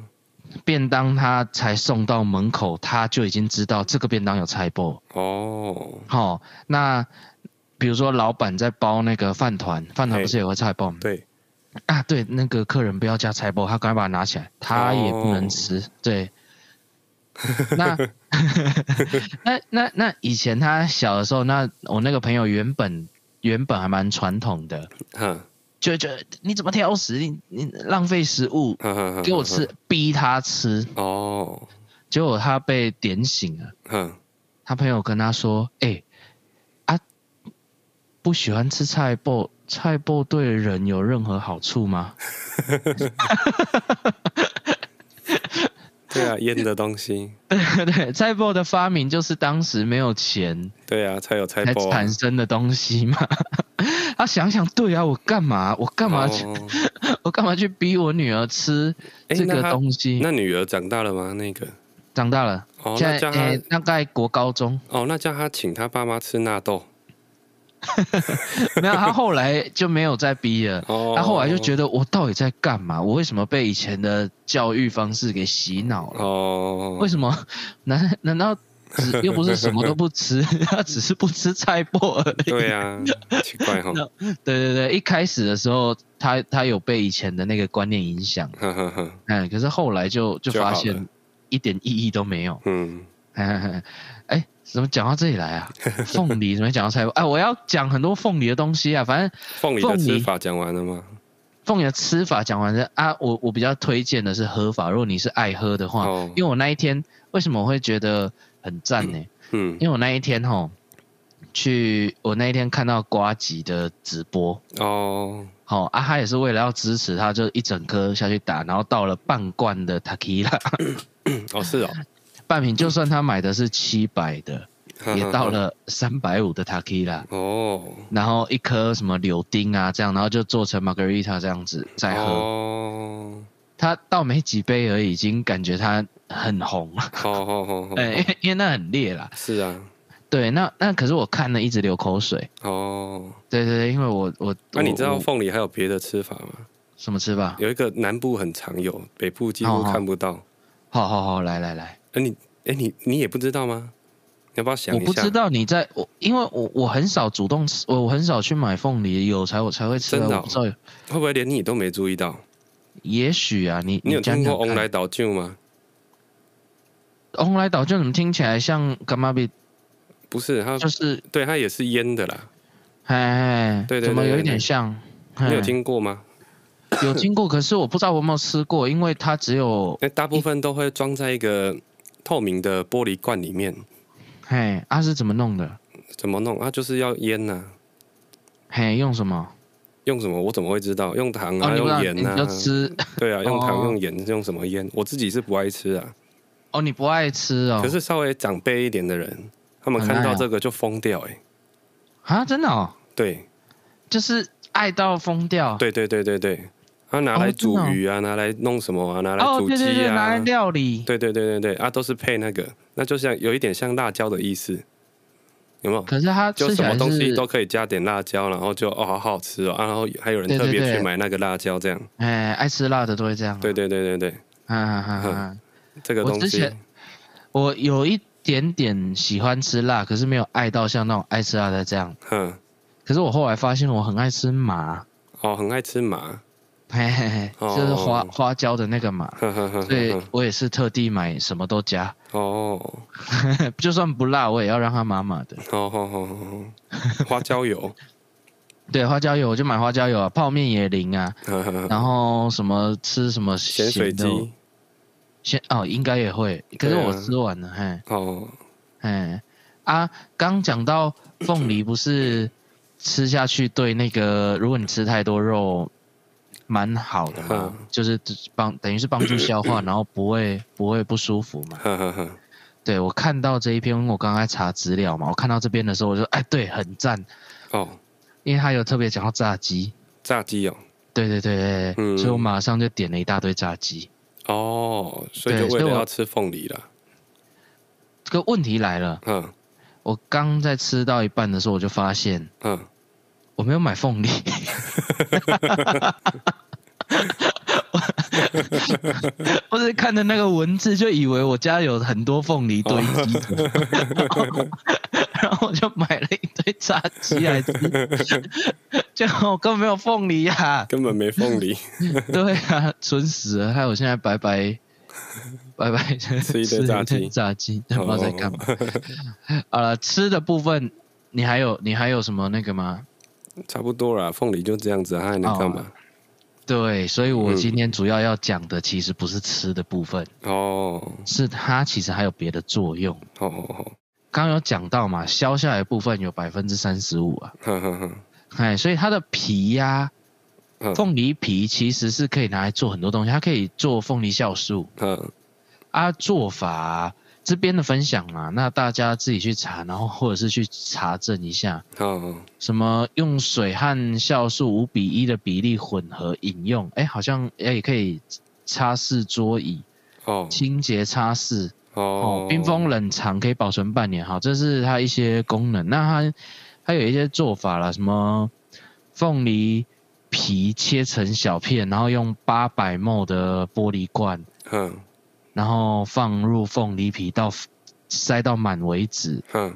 S2: 便当他才送到门口，他就已经知道这个便当有菜包。
S3: 哦，
S2: 好、那比如说老板在包那个饭团，饭团
S3: 嘿
S2: 不是有个菜包吗？
S3: 对，
S2: 啊，对，那个客人不要加菜包，他赶快把它拿起来，他也不能吃。
S3: 哦
S2: 对，那 那那那以前他小的时候，那我那个朋友原本原本还蛮传统的，
S3: 哈
S2: 就觉得你怎么挑食，你你浪费食物，
S3: 哈哈哈，
S2: 给我
S3: 哈
S2: 吃，，逼他吃，
S3: 哦，
S2: 结果他被点醒了。
S3: 哼，
S2: 他朋友跟他说：“哎、啊，不喜欢吃菜脯，菜脯对人有任何好处 吗
S3: 对啊，腌的东西，？”
S2: 对，菜脯的发明就是当时没有钱
S3: 对啊，才有菜
S2: 才
S3: 包、啊
S2: 产，生的东西嘛。 他想想，对啊，我干嘛？我干嘛去？
S3: 哦
S2: 我干嘛去逼我女儿吃
S3: 哎
S2: 这
S3: 那
S2: 个
S3: 他
S2: 东西？
S3: 那女儿长大了吗？那个，
S2: 长大了，
S3: 哦，
S2: 现
S3: 那
S2: 在
S3: 叫她，
S2: 哎、大概国高 中
S3: 哦，那叫她请她爸妈吃纳豆，
S2: 没有，他后来就没有再逼了。
S3: 哦，
S2: 他后来就觉得我到底在干嘛？我为什么被以前的教育方式给洗脑了？
S3: 哦，
S2: 为什么？难难道 只又不是什么都不吃， 他只是不吃菜脯而已。
S3: 对啊，奇怪哦哈，
S2: 对对对，一开始的时候，他他有被以前的那个观念影响，
S3: 呵呵呵，
S2: 嗯，可是后来就就
S3: 就好
S2: 发
S3: 了
S2: 现一点意义都没有。
S3: 嗯，
S2: 哎，怎么讲到这里来 啊？凤梨怎么讲到菜脯？哎，我要讲很多凤梨的东西啊，反正
S3: 凤梨的
S2: 凤梨
S3: 吃法讲完了吗？
S2: 凤梨的吃法讲完了啊，我我比较推荐的是喝法，如果你是爱喝的话，
S3: 哦
S2: 因为我那一天为什么我会觉得很赞呢？
S3: 嗯
S2: 因为我那一天吼，去我那一天看到瓜吉的直播，
S3: 哦，
S2: 好、啊，他也是为了要支持他，就一整颗下去打，然后倒了半罐的 Takila
S3: 哦是哦，
S2: 半瓶，就算他买的是七百的，
S3: 呵
S2: 也
S3: 呵
S2: 倒
S3: 呵
S2: 了三百五的 Takila，
S3: 哦，
S2: 然后一颗什么柳丁啊这样，然后就做成 Margarita 这样子在喝。
S3: 哦，
S2: 他倒没几杯而已，已经感觉他很红了，
S3: 好好好好，
S2: 哎、因 为因为那很烈啦。
S3: 哦是啊，
S2: 对，那那可是我看了一直流口水。
S3: 哦，
S2: 对对对，因为我我我
S3: 那、你知道
S2: 我
S3: 凤梨还有别的吃法吗？
S2: 什么吃法？
S3: 有一个南部很常有，北部几乎
S2: 哦哦
S3: 看不到。
S2: 好好好，来来来，
S3: 哎、你哎、你你也不知道吗？你要不要想
S2: 我
S3: 一下？
S2: 不知道你在我，因为我我很少主动吃，我我很少去买凤梨，有才我才会吃、啊。
S3: 真的
S2: 我
S3: 哦
S2: 不知道有，
S3: 会不会连你都没注意到？
S2: 也许啊，你
S3: 你有
S2: 讲
S3: 听过
S2: 讲
S3: 翁
S2: 看
S3: 来岛舅吗？
S2: 翁来岛就怎么听起来像干嘛比，
S3: 不是，它
S2: 就是
S3: 对它也是腌的啦。
S2: 哎，
S3: 对对对
S2: 怎么有
S3: 对
S2: 一点
S3: 对
S2: 像？
S3: 你有
S2: 嘿
S3: 听过吗？
S2: 有听过，可是我不知道我有没有吃过，因为它只有
S3: 那哎大部分都会装在一个透明的玻璃罐里面，
S2: 嘿，啊是怎么弄的？
S3: 怎么弄？它就是要腌呐、啊。
S2: 嘿，用什么？
S3: 用什么？我怎么会知道？用糖
S2: 哦，
S3: 啊，
S2: 你不知道，
S3: 用
S2: 你
S3: 盐啊
S2: 就，吃。
S3: 对啊，用糖、
S2: 哦
S3: 用盐、用什么腌？我自己是不爱吃啊。
S2: 哦，你不爱吃哦？
S3: 可是稍微长辈一点的人，他们
S2: 很
S3: 看
S2: 爱
S3: 到
S2: 啊
S3: 这个就疯掉哎、
S2: 啊，真的哦，
S3: 对
S2: 就是爱到疯掉。
S3: 对对对对对，他拿
S2: 哦
S3: 来
S2: 真
S3: 煮
S2: 的哦
S3: 鱼啊，拿来弄什么啊，拿来
S2: 哦，
S3: 煮
S2: 对对
S3: 鸡
S2: 对，拿
S3: 啊
S2: 来，料理。
S3: 对对对对对啊，都是配那个，那就像有一点像辣椒的意思，有没有？
S2: 可是它
S3: 就
S2: 吃起
S3: 什
S2: 来
S3: 么东西
S2: 是，
S3: 都可以加点辣椒，然后就哦好好吃哦、啊，然后还有人
S2: 对对
S3: 特别
S2: 对
S3: 去买那个辣椒，这样，
S2: 哎，爱吃辣的都会这样啊。
S3: 对嗯对对对对，
S2: 哈哈哈哈。
S3: 这个
S2: 我
S3: 东
S2: 之
S3: 西
S2: 前我有一点点喜欢吃辣，可是没有爱到像那种爱吃辣的这样。
S3: 哼
S2: 可是我后来发现我很爱吃麻，
S3: 哦，很爱吃麻，
S2: 嘿嘿嘿，
S3: 哦嗯
S2: 就是花花椒的那个麻。
S3: 呵呵呵
S2: 所以
S3: 呵
S2: 我也是特地买什么都加，哎
S3: 哦
S2: 就算不辣我也要让它麻麻的。
S3: 哦哦哦哦，花椒油，
S2: 对，花椒油我就买花椒油啊，泡面也零啊，
S3: 呵呵呵
S2: 然后什么吃什么
S3: 嗯咸水
S2: 咸的
S3: 鸡，
S2: 咸哦应该也会，可是
S3: 对啊
S2: 我吃完了，嘿，
S3: 哦
S2: 嘿，啊，刚讲到凤梨不是吃下去对那个，如果你吃太多肉，蛮好的嘛
S3: 嗯，
S2: 就是帮等于是帮助消 化，然后不会不会不舒服嘛。
S3: 呵呵呵，
S2: 对我看到这一篇，因为我刚刚在查资料嘛，我看到这边的时候，我就哎对，很赞，
S3: 哦，
S2: 因为他有特别讲到炸鸡。
S3: 炸鸡哦，
S2: 对对对对，对
S3: 嗯
S2: 所以我马上就点了一大堆炸鸡。
S3: 哦，所以就
S2: 对
S3: 为
S2: 所以
S3: 了
S2: 我
S3: 要吃凤梨啦，
S2: 这个问题来了，
S3: 嗯
S2: 我刚在吃到一半的时候，我就发现
S3: 嗯，
S2: 我没有买凤梨，我是看的那个文字就以为我家有很多凤梨堆积着，
S3: 哦
S2: 然后我就买了一堆炸鸡来吃，结果我根本没有凤梨呀、
S3: 根本没凤梨，
S2: 对啊，蠢死了！害我现在白白 白白
S3: 一堆炸鸡哦
S2: 炸鸡，不知道在干嘛。 好了，吃的部分，你还有你还有什么那个吗？
S3: 差不多啦，凤梨就这样子，它还能干嘛？
S2: 对，所以我
S3: 嗯
S2: 今天主要要讲的其实不是吃的部分，
S3: 哦
S2: 是它其实还有别的作用。
S3: 哦哦，
S2: 刚刚有讲到嘛，削下来的部分有百分之三十五啊，
S3: 呵呵呵，
S2: 哎，所以它的皮呀、
S3: 嗯
S2: 凤梨皮其实是可以拿来做很多东西，它可以做凤梨酵素，
S3: 嗯
S2: 啊做法啊这边的分享嘛，那大家自己去查，然后或者是去查证一下，
S3: 哦
S2: 什么用水和酵素五比一的比例混合饮用，哎，好像哎也可以擦拭桌椅、
S3: 哦
S2: 清洁擦拭哦
S3: 哦，，
S2: 冰封冷藏可以保存半年，好，这是它一些功能。那它它有一些做法啦，什么凤梨皮切成小片，然后用八百 ml 的玻璃罐。
S3: 嗯
S2: 然后放入凤梨皮到塞到满为止。
S3: 哼，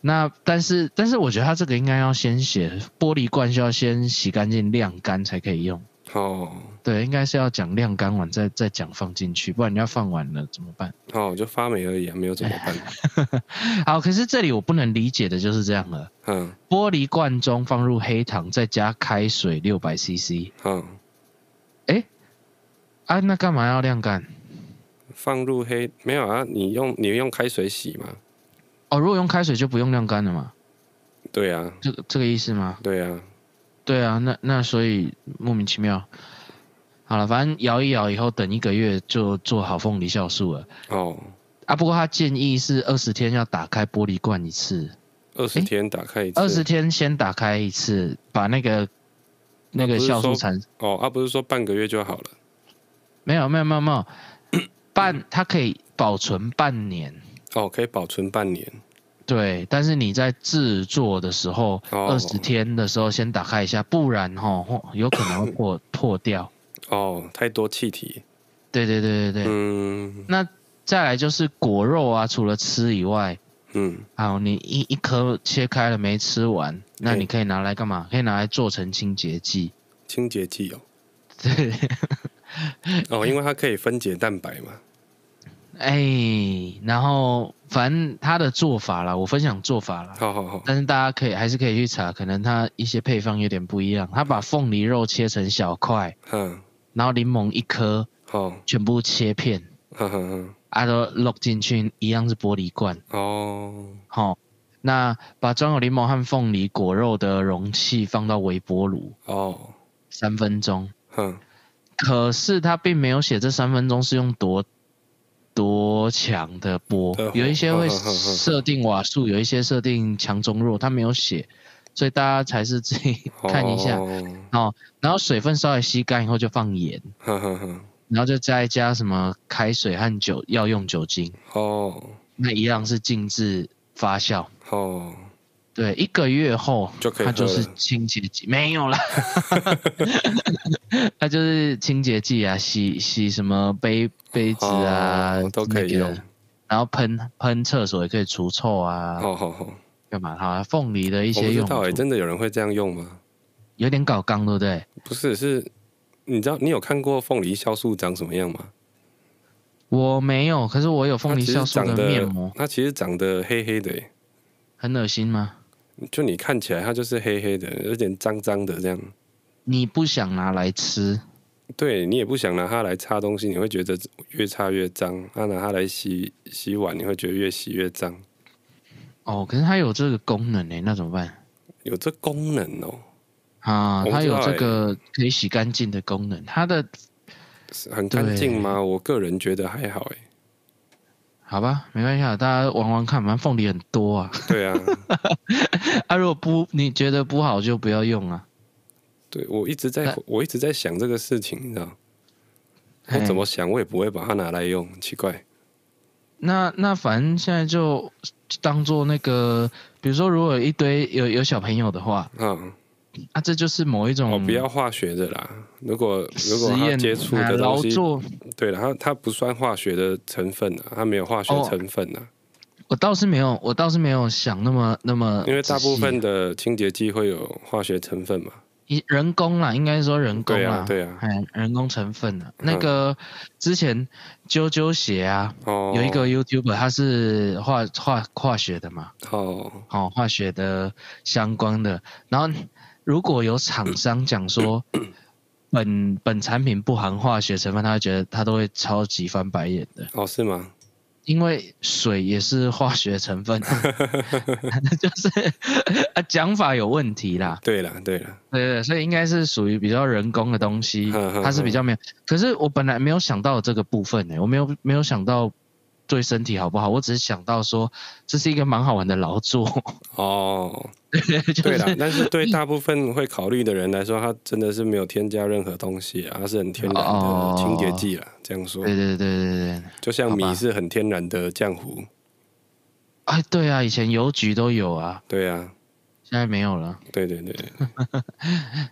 S2: 那但是但是我觉得它这个应该要先写玻璃罐，需要先洗干净晾干才可以用。
S3: 哦
S2: 对，应该是要讲晾干完再再讲放进去，不然你要放完了怎么办？
S3: 哦，就发霉而已、啊，没有怎么办？
S2: 好，可是这里我不能理解的就是这样了。
S3: 嗯
S2: 玻璃罐中放入黑糖，再加开水六百 CC
S3: 嗯，
S2: 啊，那干嘛要晾干？
S3: 放入黑没有啊？你用你用开水洗嘛？
S2: 哦，如果用开水就不用晾干了嘛？
S3: 对啊，
S2: 这个这个意思吗？
S3: 对啊，
S2: 对啊，那那所以莫名其妙。好了，反正摇一摇以后，等一个月就做好凤梨酵素了
S3: 哦，
S2: 啊。不过他建议是二十天要打开玻璃罐一次，
S3: 二十
S2: 诶
S3: 天打开一次，
S2: 二十天先打开一次，把那个那个
S3: 那不是
S2: 酵素
S3: 说
S2: 产
S3: 哦，啊，不是说半个月就好了？
S2: 没有没有没有没有 半，它可以保存半年。
S3: 哦，可以保存半年。
S2: 对，但是你在制作的时候，
S3: 哦
S2: 二十、天的时候先打开一下，不然哈，吼有可能会 破破掉。
S3: 哦，太多气体。
S2: 对对对对对。
S3: 嗯
S2: 那再来就是果肉啊，除了吃以外，
S3: 嗯，
S2: 好，你一一颗切开了没吃完，那
S3: 对
S2: 你可以拿来干嘛？可以拿来做成清洁剂。
S3: 清洁剂哦。
S2: 对，
S3: 哦，因为它可以分解蛋白嘛。
S2: 哎，然后反正他的做法啦，我分享做法啦。
S3: 好好好。
S2: 但是大家可以还是可以去查，可能它一些配方有点不一样。他把凤梨肉切成小块，
S3: 嗯，
S2: 然后柠檬一颗
S3: 好，
S2: 全部切片，
S3: 哈哈哈。
S2: 啊都落进去，一样是玻璃罐，
S3: 哦，
S2: 吼。那把装有柠檬和凤梨果肉的容器放到微波炉
S3: 哦，
S2: 三分钟，
S3: 哼，
S2: 可是他并没有写这三分钟是用多多强的波
S3: 对，
S2: 有一些会
S3: 呵呵呵呵
S2: 设定瓦数，有一些设定强中弱，他没有写，所以大家还是自己看一下。
S3: 哦
S2: 然后水分稍微吸干以后就放盐，
S3: 哈哈哈。
S2: 然后就再加什么开水和酒药用酒精，
S3: 哦，
S2: 那一样是静置发酵。
S3: 哦，
S2: 对，一个月后
S3: 就可以
S2: 它就
S3: 喝
S2: 是
S3: 了
S2: 清洁剂，没有啦， 它就是清洁剂啊，洗洗什么杯杯子啊、
S3: 哦都可以
S2: 那个
S3: 用
S2: 然后喷喷厕所也可以除臭啊，
S3: 好好好。我
S2: 干嘛？好、啊，凤梨的一
S3: 不
S2: 些
S3: 知
S2: 用
S3: 道哎，
S2: 途，
S3: 真的有人会这样用吗？
S2: 有点搞刚，对不对？
S3: 不是，是，你知道你有看过凤梨酵素长什么样吗？
S2: 我没有，可是我有凤
S3: 它
S2: 梨
S3: 其
S2: 酵
S3: 实
S2: 素
S3: 长
S2: 的面膜
S3: 得，，它其实长得黑黑的欸，
S2: 很恶心吗？
S3: 就你看起来它就是黑黑的，有点脏脏的这样。
S2: 你不想拿来吃，
S3: 对你也不想拿它来擦东西，你会觉得越擦越脏；，啊，拿它来洗洗碗，你会觉得越洗越脏。
S2: 哦，可是它有这个功能欸呢，那怎么办
S3: 有这功能哦，
S2: 啊？
S3: 我不
S2: 它
S3: 知
S2: 有
S3: 道
S2: 这
S3: 欸
S2: 个可以洗干净的功能，它的
S3: 是很干净吗？我个人觉得还好哎。
S2: 好吧，没关系啊，大家玩玩看，反正凤梨很多啊。
S3: 对啊，
S2: 啊，如果不你觉得不好就不要用啊。
S3: 对我一直在
S2: 那
S3: 我一直在想这个事情，你知道？
S2: 哎
S3: 我哎怎么想我也不会把它拿来用，奇怪。
S2: 那那反正现在就当做那个，比如说如果有一堆有有小朋友的话，
S3: 啊，
S2: 啊，这就是某一种
S3: 哦，不要化学的啦。如果如
S2: 嗯实
S3: 果他
S2: 验
S3: 接触
S2: 哎
S3: 的
S2: 劳
S3: 东西，
S2: 作。
S3: 对了，它它不算化学的成分啊，它没有化学
S2: 哦
S3: 成分啊。
S2: 我倒是没有，我倒是没有想那么那么仔细，啊
S3: 因为大部分的清洁剂会有化学成分嘛。
S2: 一人工啦，应该说人工
S3: 对
S2: 啦
S3: 啊，，对啊。嗯
S2: 哎，人工成分啊。那个之前啾啾鞋啊，
S3: 哦，
S2: 有一个 YouTuber 他是化化化学的嘛，
S3: 哦，
S2: 哦，化学的相关的。然后如果有厂商讲说本本产品不含化学成分，他会觉得他都会超级翻白眼的，
S3: 哦是吗？
S2: 因为水也是化学成分，啊 就是 啊讲法有问题啦。
S3: 对了，对了，
S2: 对对对，所以应该是属于比较人工的东西
S3: 哼哼，
S2: 它是比较没有。可是我本来没有想到这个部分欸呢、我没有没有想到。对身体好不好？我只是想到说，这是一个蛮好玩的劳作，
S3: 哦，
S2: 就
S3: 对
S2: 是
S3: 了，但是对大部分会考虑的人来说，它真的是没有添加任何东西啊，它是很天然的
S2: 哦
S3: 清洁剂啦。这样说，
S2: 对对对对对对，
S3: 就像
S2: 好吧
S3: 米是很天然的浆糊，
S2: 哎，对啊，以前邮局都有啊，
S3: 对啊，
S2: 现在没有了。
S3: 对对对，
S2: 哎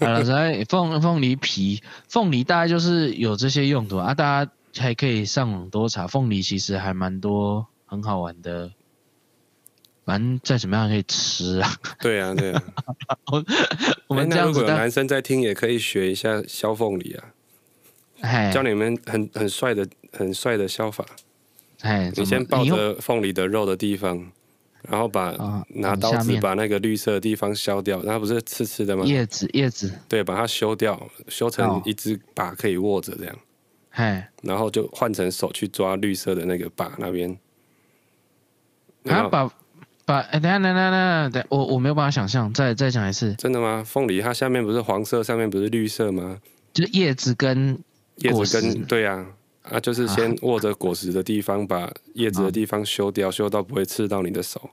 S2: 好了，所以凤凤梨皮、凤梨大概就是有这些用途啊。啊大家还可以上网多查，凤梨其实还蛮多很好玩的，反正再怎么样可以吃啊。
S3: 对啊，对啊。
S2: 我
S3: 哎
S2: 们这
S3: 那
S2: 样
S3: 如
S2: 子
S3: 果有
S2: 的，
S3: 男生在听，也可以学一下削凤梨啊，
S2: 哎
S3: 教你们很很帅的很帅的削法。
S2: 哎，
S3: 你
S2: 怎么
S3: 先抱
S2: 你用
S3: 着凤梨的肉的地方，然后把、
S2: 啊
S3: 拿
S2: 嗯
S3: 刀
S2: 下
S3: 子
S2: 面
S3: 把那个绿色的地方削掉，它不是刺刺的吗？
S2: 叶子叶子，
S3: 对，把它修掉，修成
S2: 哦
S3: 一只把可以握着这样，
S2: 哎，
S3: 然后就换成手去抓绿色的那个把那边。然
S2: 啊
S3: 后
S2: 把把哎，等一下等一下等一下等一下，我我没有办法想象，再再讲一次，
S3: 真的吗？凤梨它下面不是黄色，上面不是绿色吗？
S2: 就是叶子跟
S3: 叶
S2: 果
S3: 子跟
S2: 实
S3: 对啊。啊，就是先握着果实的地方，把叶子的地方修掉，修到不会刺到你的手。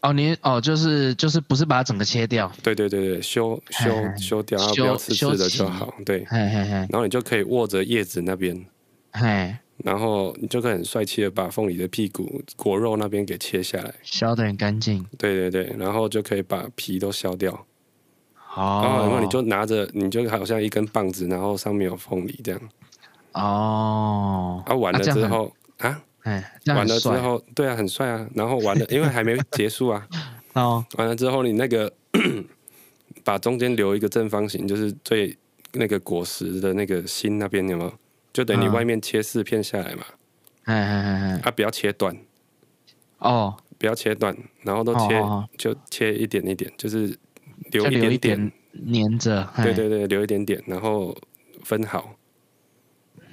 S2: 哦你哦就是就是不是把它整个切掉，
S3: 对对对对，修修
S2: 哎
S3: 修掉，然后不要刺
S2: 修
S3: 刺的就
S2: 修齐
S3: 好。对，
S2: 嘿嘿嘿
S3: 然后你就可以握着叶子那边，
S2: 嘿，
S3: 然后你就可以很帅气的把凤梨的屁股果肉那边给切下来，
S2: 削的很干净，
S3: 对对对，然后就可以把皮都削掉，然后然后
S2: 哦
S3: 你就拿着，你就好像一根棒子，然后上面有凤梨这样，
S2: 哦，
S3: 啊完了
S2: 这样
S3: 之
S2: 很
S3: 后啊
S2: 哎，这样
S3: 完
S2: 很
S3: 了之
S2: 帅
S3: 后，对啊很帅啊，然后完了，因为还没结束 啊，
S2: 哦
S3: 完了之后你那个 把中间留一个正方形，就是最那个果实的那个心那边有没有？就等于你
S2: 嗯
S3: 外面切四片下来嘛，
S2: 嘿嘿嘿嘿
S3: 啊不要切断。
S2: 哦，
S3: 不要切断，然后都切、
S2: 哦哦
S3: 就切一点一点，就是留
S2: 再
S3: 一
S2: 留
S3: 点
S2: 一点粘着，嘿
S3: 对，对对，留一点点，然后分好，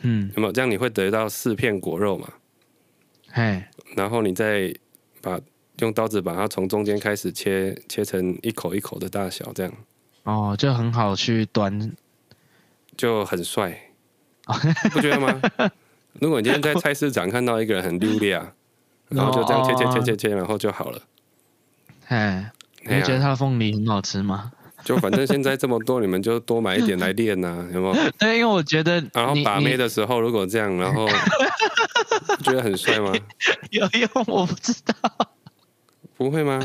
S2: 嗯
S3: 那么这样你会得到四片果肉嘛？
S2: 嘿，
S3: 然后你再把用刀子把它从中间开始切，切成一口一口的大小，这样
S2: 哦就很好去端，
S3: 就 很帅，不觉得吗？如果你今天在菜市场看到一个人很溜利啊，然后就这样切切切切切，然后就好了。
S2: 嘿。
S3: 哎
S2: 哦你
S3: 呀
S2: 觉得它的凤梨很好吃吗？
S3: 就反正现在这么多，你们就多买一点来练呐、 啊，有没有？
S2: 对，因为我觉得你
S3: 然后把妹
S2: 你
S3: 的时候，如果这样，然后不觉得很帅吗？
S2: 有用，我不知道，
S3: 不会吗？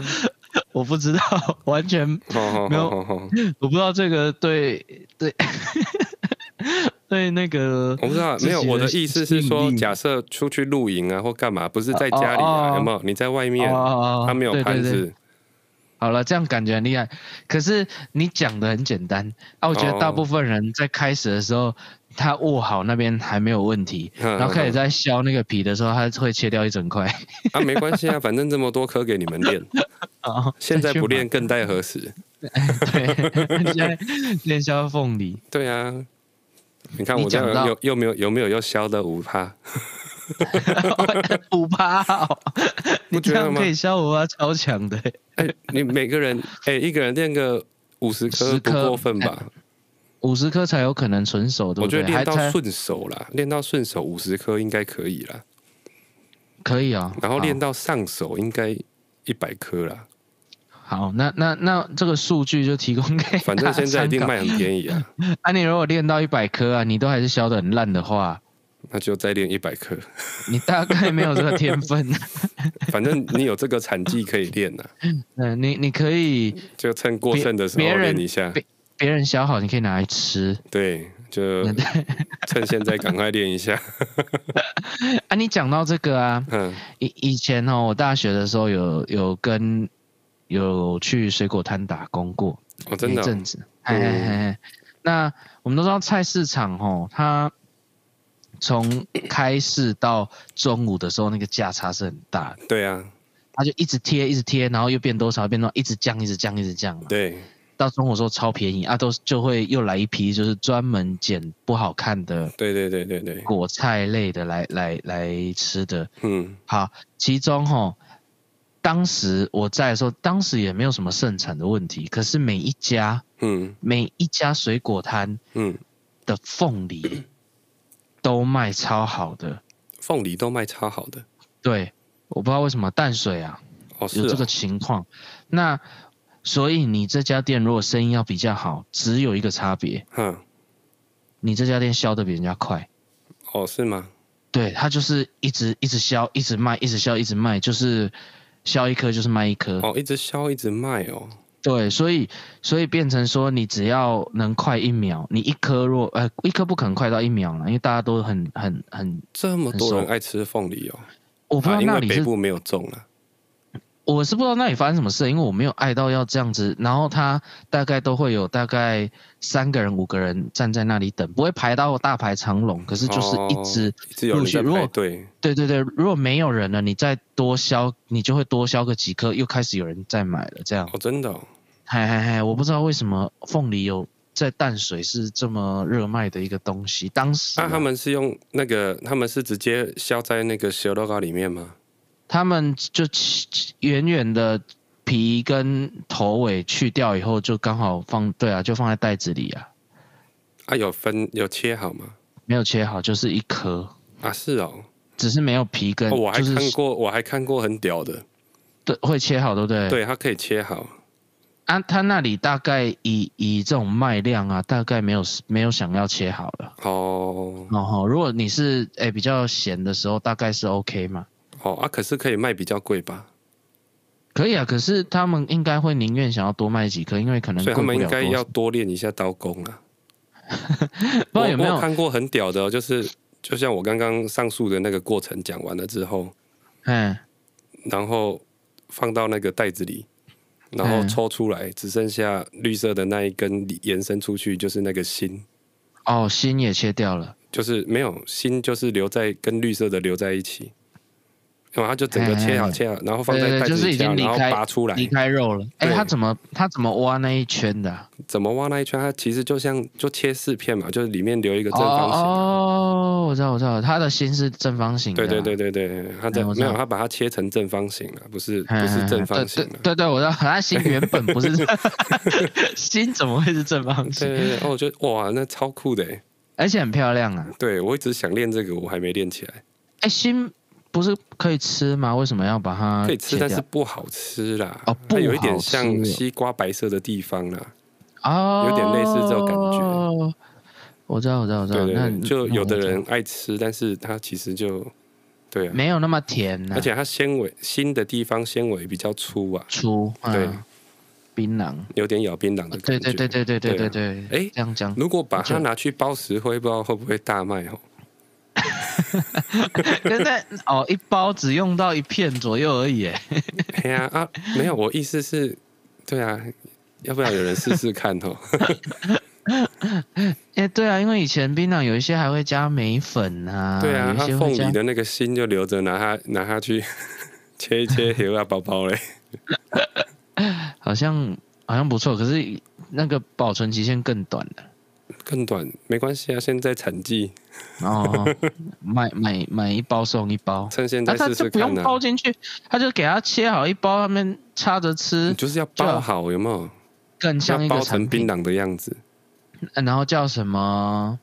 S2: 我不知道，完全
S3: 好好
S2: 没 有
S3: 好好好，
S2: 我不知道这个对对 对那个
S3: 我不知道，没有。
S2: 自己的
S3: 我的意思是
S2: 吸
S3: 说，
S2: 引力
S3: 假设出去露营啊或干嘛，不是在家里
S2: 哦哦
S3: 啊，
S2: 哦
S3: 有没有？你在外面，
S2: 哦
S3: 他没有
S2: 对
S3: 盘
S2: 对对，
S3: 子，
S2: 好了，这样感觉很厉害。可是你讲的很简单啊，我觉
S3: 哦
S2: 得大部分人在开始的时候，他握好那边还没有问题，
S3: 然
S2: 然后开始在削那个皮的时候，他会切掉一整块。
S3: 嗯啊，没关系啊，反正这么多颗给你们练，
S2: 哦
S3: 现在
S2: 再去
S3: 不练更待何时？
S2: 买，对，现在练削凤梨。
S3: 对啊，你看
S2: 你
S3: 我这
S2: 讲
S3: 样
S2: 到
S3: 有有没有有没有又削的五趴？
S2: 五八、哦，你
S3: 觉
S2: 这
S3: 得
S2: 样
S3: 吗
S2: 可以削五八，超强的。欸
S3: 哎，你每个人哎，一个人练个五十颗
S2: 10
S3: 不
S2: 颗
S3: 过分吧？
S2: 五十颗才有可能纯熟，对
S3: 我
S2: 不
S3: 觉
S2: 对？
S3: 得练
S2: 还
S3: 到
S2: 才
S3: 顺手啦，练到顺手五十颗应该可以啦，
S2: 可以哦。
S3: 然后练
S2: 好
S3: 到上手应该一百颗啦。
S2: 好，那那那这个数据就提供给
S3: 反正
S2: 大家
S3: 现在一定
S2: 参考
S3: 卖很便宜 啊，
S2: 啊，你如果练到一百颗啊，你都还是削的很烂的 话，
S3: 那就再练一百颗。
S2: 你大概没有这个天分。
S3: 反正你有这个产技可以练呐，
S2: 嗯，你你可以
S3: 就趁过剩的时候
S2: 别别人
S3: 练一下。
S2: 别别人削好，你可以拿来吃。
S3: 对，就趁现在赶快练 一下。
S2: 啊，你讲到这个啊，
S3: 嗯，
S2: 以以前哦，我大学的时候有有跟有去水果摊打工过，
S3: 我、真的
S2: 一
S3: 哦、
S2: 阵子，嘿嘿嘿嘿。那我们都知道菜市场哦，它从开市到中午的时候，那个价差是很大的，
S3: 对啊，
S2: 它就一直贴，一直贴，然后又变多少，变多少，一直降，一直降，一直降嘛。
S3: 对，
S2: 到中午的时候超便宜啊，都就会又来一批，就是专门捡不好看的
S3: 对对对对对，
S2: 果菜类的来来来吃的。
S3: 嗯，
S2: 好，其中哦，当时我在的时候，当时也没有什么盛产的问题，可是每一家
S3: 嗯
S2: 每一家水果摊
S3: 嗯，
S2: 的凤梨都卖超好的。
S3: 凤梨都卖超好的
S2: 对，我不知道为什么淡水啊
S3: 哦，是
S2: 有
S3: 哦
S2: 这个情况。那所以你这家店如果生意要比较好，只有一个差别，
S3: 嗯，
S2: 你这家店销的比人家快。
S3: 哦是吗？
S2: 对，它就是一直一直销，一直卖，一直销，一直卖，就是销一颗就是卖一颗。
S3: 哦，一直削一直卖哦，
S2: 对，所以所以变成说，你只要能快一秒，你一颗若呃一颗不可能快到一秒了，因为大家都很很很，
S3: 这么多人爱吃凤梨哦，
S2: 我不知道
S3: 啊因
S2: 那
S3: 为
S2: 里
S3: 北
S2: 是
S3: 部没有种啊。
S2: 我是不知道那里发生什么事，因为我没有爱到要这样子。然后他大概都会有大概三个人、五个人站在那里等，不会排到大排长龙，可是就是一直、
S3: 一直有人在
S2: 陆续如
S3: 排
S2: 果
S3: 队，
S2: 对对对。如果没有人了，你再多削，你就会多削个几颗，又开始有人在买了。这样，
S3: 哦，真的哦、
S2: 嗨嗨嗨！我不知道为什么凤梨有在淡水是这么热卖的一个东西。当时
S3: 那、
S2: 啊、
S3: 他们是用那个，他们是直接削在那个蛇肉糕里面吗？
S2: 他们就切切远远的皮跟头尾去掉以后，就刚好放对啊，就放在袋子里啊。
S3: 啊，有分有切好吗？
S2: 没有切好，就是一颗，
S3: 啊，是哦，
S2: 只是没有皮跟，
S3: 哦我还
S2: 就
S3: 看
S2: 是
S3: 过，我还看过很屌的，
S2: 对会切好，对不对？
S3: 对，它可以切好，
S2: 啊，他那里大概以以这种卖量啊，大概没有没有想要切好了。
S3: 哦
S2: 哦吼，如果你是诶、比较闲的时候，大概是 OK 嘛？
S3: 哦啊，可是可以卖比较贵吧？
S2: 可以啊，可是他们应该会宁愿想要多卖几颗，因为可能
S3: 所
S2: 嗯贵
S3: 以他
S2: 不
S3: 们应
S2: 了
S3: 该
S2: 多
S3: 要
S2: 少。
S3: 多练一下刀工啊。
S2: 不知道有没
S3: 我
S2: 有
S3: 我看过很屌的哦、就是就像我刚刚上述的那个过程讲完了之后，
S2: 嗯，
S3: 然后放到那个袋子里，然后
S2: 嗯
S3: 抽出来，只剩下绿色的那一根延伸出去，就是那个心，
S2: 哦，心也切掉了，
S3: 就是没有心，就是留在跟绿色的留在一起。然后它就整个切好
S2: 嗯嗯嗯
S3: 切好，然后放
S2: 对
S3: 在
S2: 对，
S3: 袋
S2: 对就
S3: 子
S2: 是
S3: 里
S2: 已
S3: 切好，
S2: 经离
S3: 然后
S2: 开
S3: 拔出来。
S2: 离开肉了。哎、
S3: 对
S2: 他怎么他怎么挖那一圈的啊、
S3: 怎么挖那一圈？它其实就像就切四片嘛，就是里面留一个正方形。啊
S2: 哦哦，我知道我知道，他的心是正方形的、啊
S3: 对对。对对对，它的
S2: 哎我知
S3: 没
S2: 道哎
S3: 有，它把它切成正方形了，不是不是正方形啊了
S2: 对。对对，我知道，他 心原本不是， 心怎么会是正方
S3: 对
S2: 形？
S3: 对对，哦，我觉得哇，那超酷的耶！
S2: 而且很漂亮啊！
S3: 对我一直想练这个，我还没练起来。
S2: 哎，心不是可以吃吗？为什么要把它
S3: 可以吃，
S2: 啊切
S3: 但
S2: 掉
S3: 是不好吃啦。
S2: 哦不
S3: 它有一点
S2: 好吃
S3: 像
S2: 哦
S3: 西瓜白色的地方啦。
S2: 哦，
S3: 有点类似这种感觉
S2: 觉。哦我知道，我知道，我知
S3: 对
S2: 道。
S3: 对
S2: 那
S3: 对，就
S2: 那
S3: 有的
S2: 我知道
S3: 人爱吃，但是它其实就对啊，
S2: 没有那么甜呐、
S3: 而且它纤维新的地方纤维比较粗啊，
S2: 粗，嗯、
S3: 对，
S2: 槟榔，
S3: 有点咬槟榔的
S2: 对
S3: 感觉。
S2: 对对对对对对对，
S3: 对啊哎
S2: 这样讲
S3: 如果把它
S2: 就
S3: 拿去包石灰，不知道会不会大卖哦？
S2: 现在哦，一包只用到一片左右而已，哎，
S3: 哎呀啊，没有，我意思是，对啊，要不要有人试试看哦？
S2: 哎，对啊，因为以前槟榔有一些还会加梅粉 啊，
S3: 对啊，
S2: 有
S3: 它
S2: 一些
S3: 凤
S2: 会
S3: 梨
S2: 加
S3: 的那个心就留着，拿它拿它去 切 一切，留啊包包嘞。
S2: 好像好像不错，可是那个保存期限更短了。
S3: 更短没关系啊，现在产季，
S2: 哦， 买买买一包送一包，
S3: 趁现
S2: 那、
S3: 在
S2: 他
S3: 试试
S2: 就不
S3: 看
S2: 用
S3: 啊。
S2: 包进去，他就给他切好一包，他们插着
S3: 你
S2: 吃，
S3: 就是要包好，有没有？
S2: 更像
S3: 要
S2: 一个
S3: 包成
S2: 产
S3: 槟
S2: 品。
S3: 榔的样子
S2: 呃然后叫什么？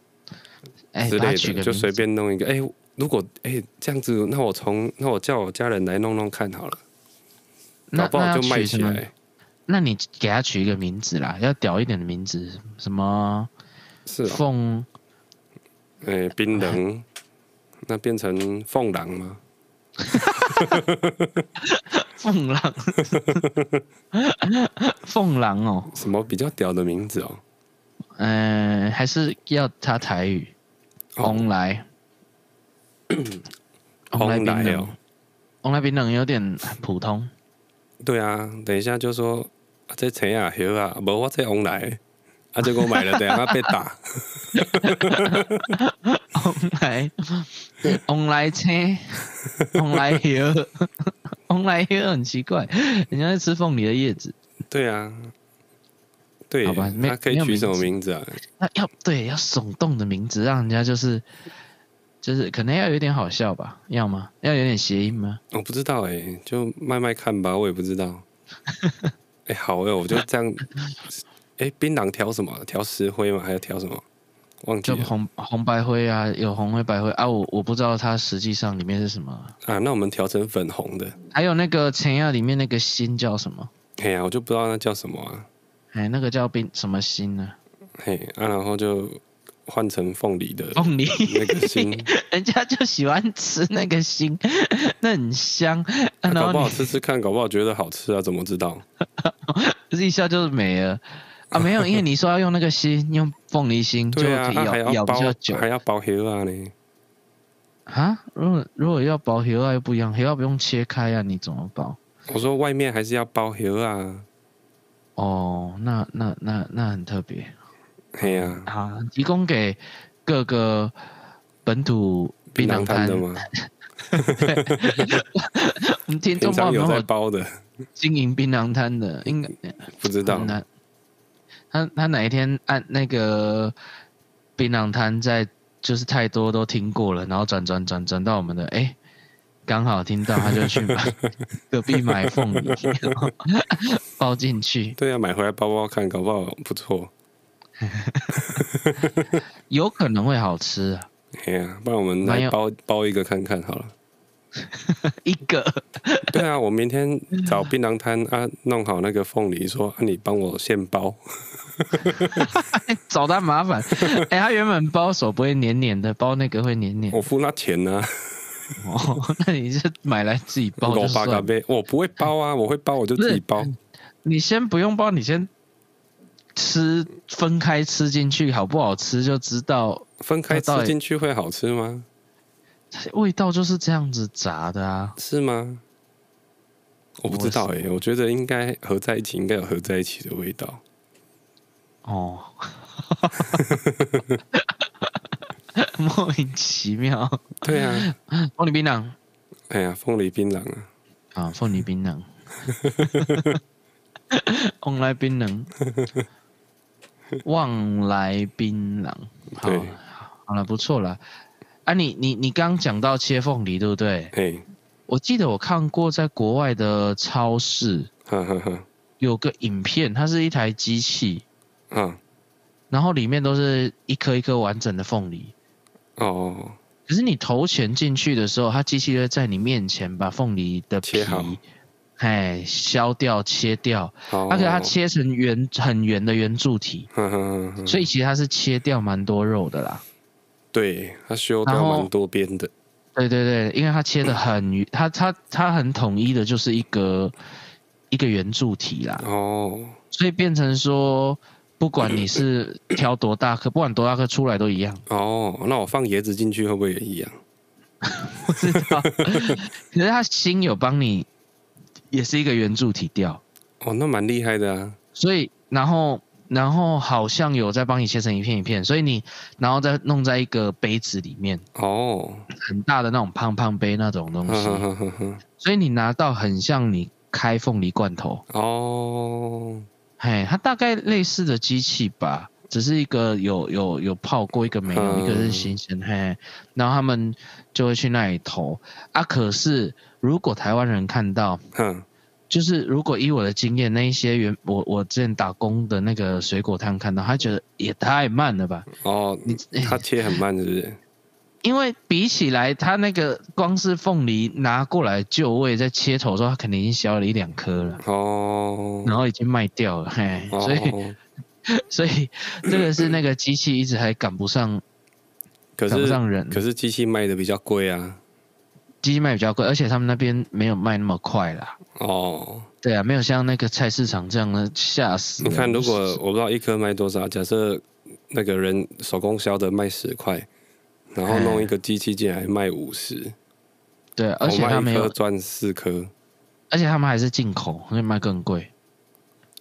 S2: 哎，
S3: 之
S2: 把它
S3: 类
S2: 取个
S3: 的，就
S2: 名
S3: 随
S2: 字
S3: 便弄一个。哎，如果哎这样子，那我从那我叫我家人来弄弄看好了，搞
S2: 那
S3: 不
S2: 那
S3: 好
S2: 要
S3: 就卖
S2: 取
S3: 起
S2: 什么？
S3: 来。
S2: 那你给他取一个名字啦，要屌一点的名字，什么
S3: 是哦，
S2: 凤
S3: 哎，槟榔，那变成凤狼吗？
S2: 凤狼， 凤狼哦，
S3: 什么比较屌的名字哦？
S2: 嗯、还是要他台语，
S3: 哦
S2: 红 来，
S3: 红
S2: 槟
S3: 来
S2: 榔
S3: 哦，，
S2: 红来槟榔有点普通，
S3: 对啊，等一下就说啊这钱啊，好啊，无我这红来，啊结果买了，等一下被 打。
S2: 红 来，红来 车，红来叶， 红来叶很奇怪，人家在吃凤梨的叶子，
S3: 对啊，对，
S2: 好吧没
S3: 他可以
S2: 没有
S3: 取什么
S2: 名字
S3: 名字啊？
S2: 那要对要耸动的名字，让人家就是就是可能要有点好笑吧，要吗？要有点谐音吗？
S3: 我不知道哎、就慢慢看吧，我也不知道。 哎、好哎、我就这样。哎、槟榔调什么？调石灰吗？还要调什么？忘记
S2: 就
S3: 了
S2: 红红白灰啊，有红灰白灰啊，我我不知道它实际上里面是什么。
S3: 啊。那我们调成粉红的。
S2: 还有那个陈亚里面那个心叫什么？
S3: 嘿呀、我就不知道那叫什么啊。
S2: 哎，那个叫冰什么心呢、
S3: 嘿啊，然后就换成凤梨的
S2: 凤梨，
S3: 那个心，
S2: 人家就喜欢吃那个心， 那很香。啊
S3: 啊
S2: 然
S3: 搞不
S2: 后
S3: 好吃吃看，搞不好觉得好吃啊，怎么知道？
S2: 你一下就是没了啊，没有，因为你说要用那个心，用凤梨心就
S3: 对啊，
S2: 可以
S3: 啊还
S2: 咬咬
S3: 要
S2: 比
S3: 包
S2: 较久
S3: 还要包黑辣呢。
S2: 啊。如果如果要薄黑辣又不一样，黑辣不用切开啊，你怎么包？
S3: 我说外面还是要包黑啊，
S2: 哦，那那那那很特别。
S3: 嘿啊呀、
S2: 好，提供给各个本土槟
S3: 槟
S2: 榔
S3: 榔
S2: 摊
S3: 摊的吗？
S2: 我们听
S3: 平
S2: 众朋
S3: 常
S2: 友
S3: 有
S2: 没
S3: 在
S2: 有
S3: 包的，
S2: 经营槟榔摊的，应该
S3: 不知道
S2: 很。难。他他哪一天按那个槟榔摊在，就是太多都听过了，然后转转转转到我们的，哎、刚好听到他就去买 隔壁买凤梨，然后包进去，
S3: 对啊，买回来包包看，搞不好不错。
S2: 有可能会好吃、啊。
S3: 嘿哎呀、不然我们
S2: 蛮
S3: 来
S2: 有
S3: 包包一个看看好了。
S2: 一个
S3: 对 啊，我明天找槟榔摊啊，弄好那个凤梨，说啊，你帮我 现包。
S2: 找他麻烦，哎、他原本包手不会黏黏的，包那个会黏黏。
S3: 我付他钱呢、啊，
S2: 哦， 那你就买来自己包就
S3: 我八
S2: 算嗯
S3: 嘎
S2: 了。
S3: 呗，我不会包啊，我会包我就自己包。
S2: 你先不用包，你先吃，分开吃进去，好不好吃就知道。
S3: 分开
S2: 哎那到
S3: 吃
S2: 底
S3: 进去会好吃吗？
S2: 味道就是这样子炸的啊。
S3: 是吗？我不知道
S2: 我
S3: 哎、我觉得应该合在一起，应该有合在一起的味
S2: 啊
S3: 道。
S2: 哦，莫名其妙。
S3: 对啊，
S2: 凤梨槟榔
S3: 哎呀，凤梨槟榔啊，
S2: 啊，凤梨槟榔，旺来槟榔，旺来槟榔。好
S3: 对，
S2: 好了，不错了。啊你，你你刚讲到切凤梨，对不对？
S3: 嘿，
S2: 我记得我看过在国外的超市
S3: 哈哈哈，
S2: 有个影片，它是一台机器，
S3: 啊，
S2: 然后里面都是一颗一颗完整的凤梨。
S3: 哦，
S2: 可是你投钱进去的时候，它机器就会在你面前把凤梨的皮
S3: 切好，
S2: 哎，削掉、切掉。啊
S3: 好，
S2: 它给它切成圆很圆的圆柱体，
S3: 哦哈哈哈哈，
S2: 所以其实它是切掉蛮多肉的啦。
S3: 对它修
S2: 然
S3: 掉
S2: 后
S3: 蛮多边的，
S2: 对对对，因为它切的很匀，它它它很统一的，就是一个一个圆柱体啦。
S3: 哦，
S2: 所以变成说，不管你是挑多大颗，不管多大颗出来都一样。
S3: 哦，那我放椰子进去会不会也一样？
S2: 不知道，可是它心有帮你，也是一个圆柱体掉，
S3: 哦，那蛮厉害的啊，
S2: 所以然后然后好像有在帮你切成一片一片，所以你然后再弄在一个杯子里面，
S3: 哦，
S2: 很大的那种胖胖杯那种东
S3: 哈哈
S2: 西，
S3: 哈哈哈，
S2: 所以你拿到很像你开凤梨罐头，
S3: 哦，
S2: 嘿，它大概类似的机器吧，只是一个有有有泡过，一个没有，
S3: 嗯
S2: 一个是新鲜，嘿，然后他们就会去那里投啊。可是如果台湾人看到，
S3: 哼，
S2: 就是如果以我的经验，那一些原我我之前打工的那个水果摊看到，他觉得也太慢了吧，
S3: 哦，
S2: 你哎
S3: 它切很慢是不是？
S2: 因为比起来，他那个光是凤梨拿过来就位，在切头的时候，他肯定已经削了一两颗了。
S3: 哦，
S2: 然后已经卖掉了，嘿，
S3: 哦
S2: 所以所以这个是那个机器一直还赶不上
S3: 可
S2: 赶不
S3: 是
S2: 上人，
S3: 可是机器卖的比较贵啊，
S2: 机器卖比较贵，而且他们那边没有卖那么快啦。
S3: 哦，
S2: 对啊，没有像那个菜市场这样的吓死
S3: 你
S2: 人。
S3: 看，如果我不知道一颗卖多少，假设那个人手工削的卖十块，然
S2: 哎
S3: 后弄一个机器进来卖五十，
S2: 对啊，而且
S3: 我卖
S2: 他
S3: 一
S2: 没
S3: 颗
S2: 有，
S3: 赚四颗。
S2: 而且他们还是进口，所以卖更贵。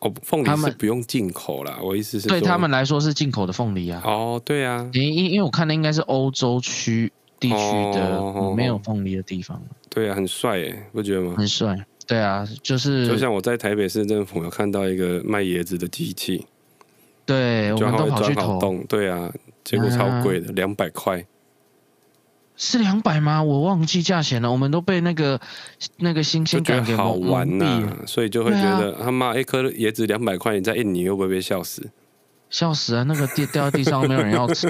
S3: 哦，凤
S2: 他
S3: 梨是
S2: 们
S3: 不用进口啦，我意思是
S2: 对
S3: 说
S2: 他们来说是进口的凤梨啊，
S3: 哦，对啊，
S2: 因因因为我看的应该是欧洲区地区的
S3: 哦
S2: 没有凤梨的地方，
S3: 对啊，很帅耶，不觉得吗？
S2: 很帅。对啊，就是
S3: 就像我在台北市政府有看到一个卖椰子的机器，
S2: 对，我
S3: 就
S2: 们
S3: 它
S2: 都
S3: 会
S2: 跑去
S3: 钻好
S2: 投，
S3: 洞，对啊，结果超贵的，两百块。
S2: 是两百吗？我忘记价钱了，我们都被那个那个新
S3: 就
S2: 鲜
S3: 觉得
S2: 感给
S3: 好
S2: 蒙
S3: 玩
S2: 蒙蔽
S3: 呐、
S2: 了
S3: 所以就会觉得
S2: 啊
S3: 他妈一颗椰子两百块，你在印尼会不会被笑 死？
S2: 笑死啊！那个地掉在地上，没有人要吃。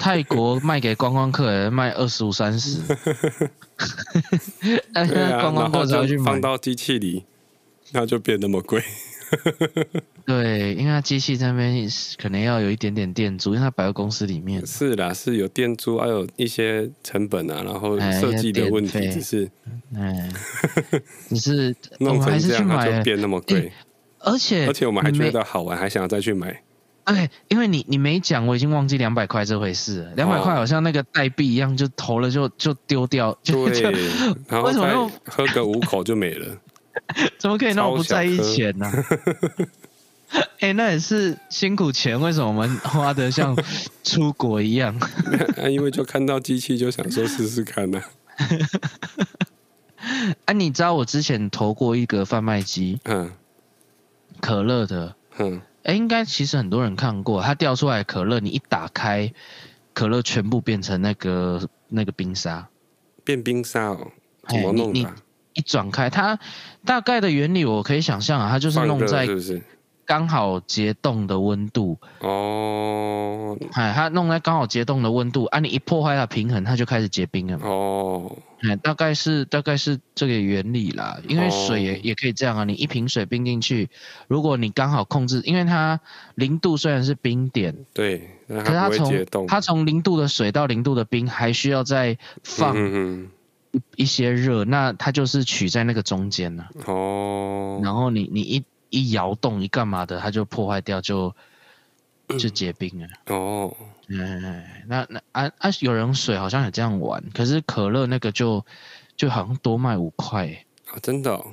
S2: 泰国卖给观光客，也卖二十五三十，哎但是
S3: 对啊，
S2: 观光
S3: 然
S2: 客
S3: 啊后
S2: 才会去
S3: 就
S2: 买
S3: 放。到机器里，那就变那么贵。
S2: 对，因为它机器那边可能要有一点点店租，因为它摆在公司里面。
S3: 是啦，是有店租，还有一些成本啊，然后
S2: 哎
S3: 设计的问题，
S2: 电费
S3: 只是
S2: 哎，只是我
S3: 弄
S2: 们
S3: 成
S2: 还是
S3: 这
S2: 去
S3: 样它
S2: 买
S3: 就
S2: 了，
S3: 变那么贵，
S2: 而且
S3: 而且我们还
S2: 你
S3: 觉
S2: 没
S3: 得好玩，还想要再去买。
S2: 对，因为你你没讲，我已经忘记两百块这回事了。两百
S3: 哦
S2: 块好像那个代币一样，就投了就就丢掉， 就
S3: 对啊
S2: 就，
S3: 然后
S2: 为什么
S3: 再
S2: 又
S3: 喝个五口就没 了。
S2: 怎么可以那么不在意
S3: 超小
S2: 钱呢、哎、那也是辛苦钱，为什么我们花的像出国一样？
S3: 啊，因为就看到机器就想说试试看呐、
S2: 啊，你知道我之前投过一个贩卖机，
S3: 嗯
S2: 可乐的，
S3: 嗯，
S2: 哎、应该其实很多人看过，它掉出来的可乐，你一打开，可乐全部变成那个那个冰沙。
S3: 变冰沙哦，怎
S2: 哎
S3: 么弄
S2: 你
S3: 的
S2: 你
S3: 啊、
S2: 一转开，它大概的原理我可以想象啊，它就是
S3: 放
S2: 弄
S3: 热
S2: 在
S3: 是不是？
S2: 刚好结冻的温度，
S3: 哦
S2: 哎，它弄在刚好结冻的温度啊，你一破坏它平衡，它就开始结冰了嘛。
S3: 哦，
S2: 哎，大概是大概是这个原理啦，因为水也、
S3: 哦
S2: 也可以这样啊，你一瓶水冰进去，如果你刚好控制，因为它零度虽然是冰点，
S3: 对，那
S2: 可是
S3: 它
S2: 它
S3: 不会解冻
S2: 从。它从零度的水到零度的冰，还需要再放
S3: 嗯
S2: 一些热，那它就是取在那个中间呢、
S3: 嗯哦，
S2: 然后你你一一摇动一干嘛的，它就破坏掉， 就就结冰了。
S3: 哦，
S2: 哎，那那啊啊，有人水好像也这样玩，可是可乐那个就就好像多卖五块、欸，
S3: 啊真的、哦。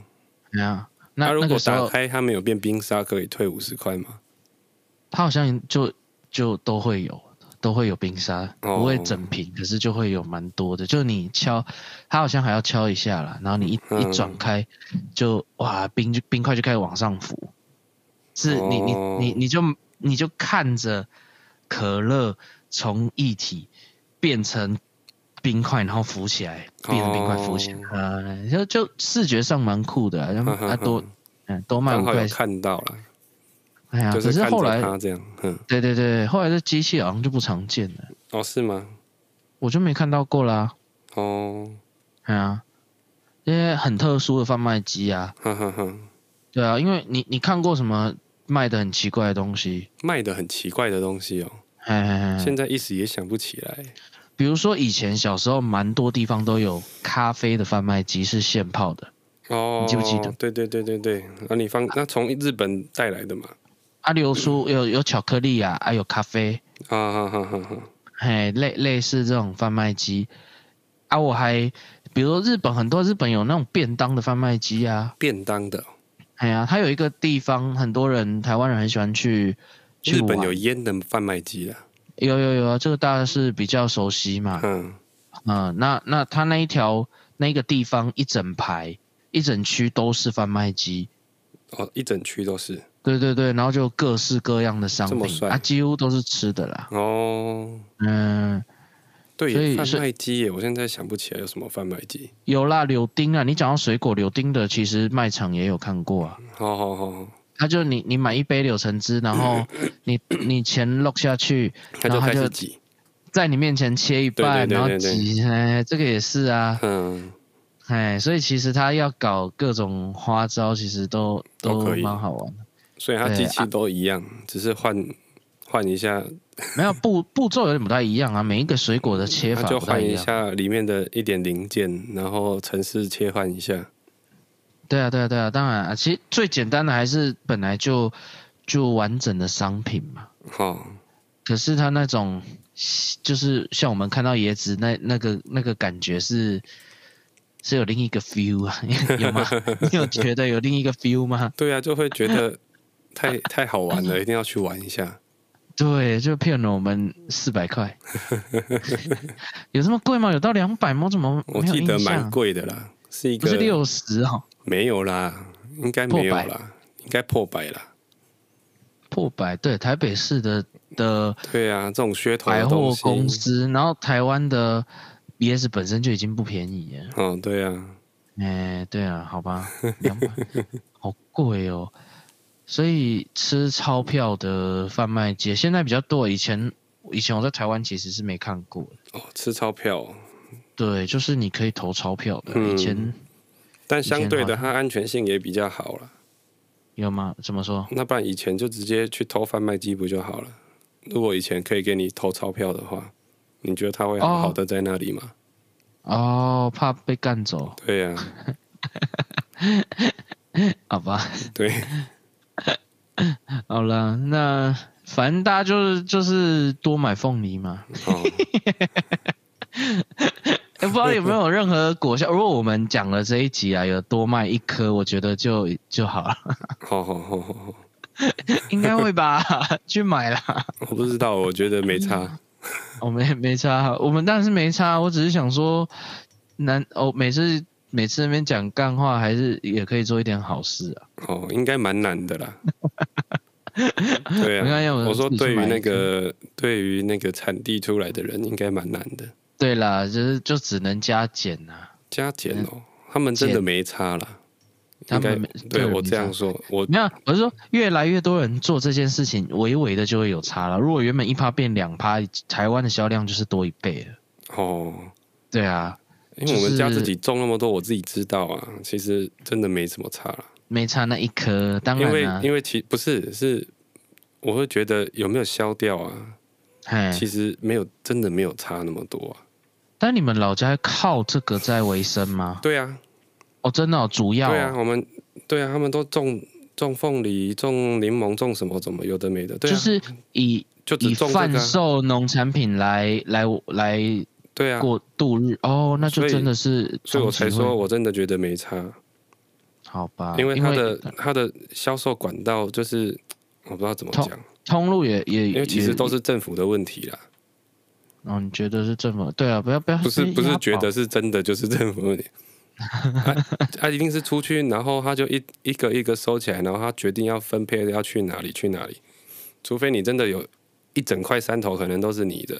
S2: 哎呀，那、
S3: 那、如
S2: 那
S3: 果
S2: 个时
S3: 打
S2: 候
S3: 开它没有变冰沙，可以退五十块吗？
S2: 它好像就就都会有。都会有冰沙，
S3: 哦
S2: 不会整瓶，可是就会有蛮多的。就你敲，它好像还要敲一下啦，然后你一、
S3: 嗯
S2: 一转开，就哇，冰就冰块就开始往上浮。是你你
S3: 哦
S2: 你你就你就看着可乐从液体变成冰块，然后浮起来，变成冰块浮起来，
S3: 哦
S2: 呃，就就视觉上蛮酷的、啊， 然后啊多嗯多卖
S3: 刚
S2: 五
S3: 好
S2: 块
S3: 有，看到了，
S2: 哎呀，
S3: 就
S2: 可
S3: 是
S2: 是
S3: 看
S2: 后
S3: 着
S2: 来
S3: 它这样，嗯，
S2: 对对对，后来这机器好像就不常见了，
S3: 哦，是吗？
S2: 我就没看到过啦。
S3: 哦，
S2: 哎呀，因为很特殊的贩卖机啊，
S3: 哈哈哈，
S2: 对啊，因为你你看过什么卖的很奇怪的东西？
S3: 卖的很奇怪的东西哦，
S2: 哎哎哎，
S3: 现在一时也想不起来。
S2: 比如说以前小时候蛮多地方都有咖啡的贩卖机是现泡的，
S3: 哦，
S2: 你记不记得
S3: 对对对对对，啊，你放那从日本带来的嘛，
S2: 啊，流苏有有巧克力啊，还、有咖啡，
S3: 啊哈哈哈哈，
S2: 嘿，类类似这种贩卖机啊，我还比如说日本很多日本有那种便当的贩卖机啊，
S3: 便当的，哦
S2: 哎呀、它有一个地方很多人台湾人很喜欢去去
S3: 日
S2: 玩
S3: 本有烟的贩卖机啊，
S2: 有有有啊，这个大家是比较熟悉 嘛，
S3: 嗯，
S2: 嗯，那那它那一条那个地方一整排一整区都是贩卖机，
S3: 哦，一整区都是，
S2: 对对对，然后就各式各样的商
S3: 这么
S2: 品
S3: 帅
S2: 啊，几乎都是吃的啦。
S3: 哦，
S2: 嗯，
S3: 对
S2: 所以
S3: 耶，贩
S2: 是
S3: 卖机耶，我现在想不起来有什么贩卖机，
S2: 有啦，柳丁啊，你讲到水果柳丁的，其实卖场也有看过啊。
S3: 好好好好，
S2: 它就你你买一杯柳橙汁，然后你你钱落下去，
S3: 他
S2: 然
S3: 就
S2: 后他
S3: 开始
S2: 就
S3: 挤，
S2: 在你面前切一半，
S3: 对对对对
S2: 然后挤，哎，这个也是啊，
S3: 嗯，
S2: 哎，所以其实他要搞各种花招，其实都
S3: 都可以
S2: 蛮好玩的。
S3: 所以它
S2: 对
S3: 机器
S2: 啊
S3: 都一样，只是换换一下，
S2: 没有步步骤有点不太一样啊，每一个水果的切
S3: 它
S2: 法
S3: 就
S2: 不太
S3: 换
S2: 一
S3: 一
S2: 样。
S3: 下里面的一点零件，然后城市切换一下，
S2: 对啊，对啊，对啊，当然啊，其实最简单的还是本来就就完整的商品嘛。
S3: 哦，
S2: 可是它那种就是像我们看到椰子那那个那个感觉是是有另一个 feel 啊， 有吗？你有觉得有另一个 feel 吗？
S3: 对啊，就会觉得 太太好玩了，一定要去玩一下。
S2: 对，就骗了我们四百块， 有这么贵吗？有到两百吗？我怎么
S3: 我
S2: 没有
S3: 记得
S2: 印
S3: 蛮
S2: 象？啊
S3: 贵的啦，是一
S2: 不
S3: 个
S2: 是六十哦，
S3: 没有啦，应该没有
S2: 破
S3: 啦，应该破百啦。
S2: 破百。对，台北市的的
S3: 对啊，这种噱头
S2: 百
S3: 的东
S2: 货
S3: 西，
S2: 公司，然后台湾的 BS 本身就已经不便宜了。
S3: 嗯，对啊，
S2: 哎、对啊，好吧，两 百，好贵哦。所以吃钞票的贩卖机现在比较多，以前以前我在台湾其实是没看过的。
S3: 哦，吃钞票哦，
S2: 对，就是你可以投钞票的，
S3: 嗯
S2: 以前
S3: 但相对
S2: 以
S3: 的，
S2: 前好
S3: 它安全性也比较好啦。
S2: 有吗？怎么说？
S3: 那不然以前就直接去偷贩卖机不就好了？如果以前可以给你偷钞票的话，你觉得他会好好的在那里吗？
S2: 哦，怕被干走，
S3: 对啊呀、
S2: 好吧。
S3: 对，
S2: 好啦，那反正大家就是就是多买凤梨嘛。
S3: 哦，
S2: 也 不知道有没有任何果效。如果我们讲了这一集啊，有多卖一颗，我觉得就就好了，
S3: 好好好好好，
S2: 应该会吧？ 去买啦，
S3: 我不知道，我觉得没差。
S2: 我们也哦没差，我们当然是没差。我只是想说，难哦，每次每次那边讲干话，还是也可以做一点好事啊。
S3: 哦，应该蛮难 的啦。对
S2: 没关系
S3: 啊，
S2: 我
S3: 我说
S2: 自己去
S3: 对于
S2: 买一
S3: 那个对于那个产地出来的人，应该蛮难的。
S2: 对啦，就是就只能加减呐、啊。
S3: 加减哦，他们真的
S2: 减
S3: 没差啦。
S2: 他们
S3: 应
S2: 没
S3: 该对我这样，说，我
S2: 没有，我是说越来越多人做这件事情，微微的就会有差了。如果原本一趴变两趴，台湾的销量就是多一倍了。
S3: 哦，
S2: 对啊，
S3: 因为我们家
S2: 就是
S3: 自己种那么多，我自己知道啊，其实真的没什么差啦。
S2: 没差那一颗，当
S3: 因
S2: 然啊
S3: 为
S2: 啦、
S3: 因为其不是是，我会觉得有没有消掉啊？
S2: 嘿，
S3: 其实没有，真的没有差那么多啊。
S2: 但你们老家靠这个在维生吗？
S3: 对啊，
S2: 哦，真的、哦，主要、哦、
S3: 对啊，我们对啊，他们都种种凤梨、种柠檬、种什么怎么有的没的，对啊，
S2: 就是以
S3: 就只
S2: 以
S3: 种这
S2: 贩
S3: 个啊、
S2: 售农产品来来来
S3: 对啊，
S2: 过度日、哦，那就
S3: 所以
S2: 真的是，
S3: 所以我才说我真的觉得没差，
S2: 好吧，
S3: 因为
S2: 啊因
S3: 它的它的销售管道就是我不知道怎么
S2: 通
S3: 讲，
S2: 通路也也
S3: 因为其实
S2: 也
S3: 都是政府的问题啦，
S2: 哦，你觉得是政府？对啊，不要不要，
S3: 不是不
S2: 押
S3: 是
S2: 宝
S3: 觉得是真的就是政府的问题。他、他一定是出去，然后他就一一个一个收起来，然后他决定要分配要去哪里去哪里，除非你真的有一整块山头可能都是你的，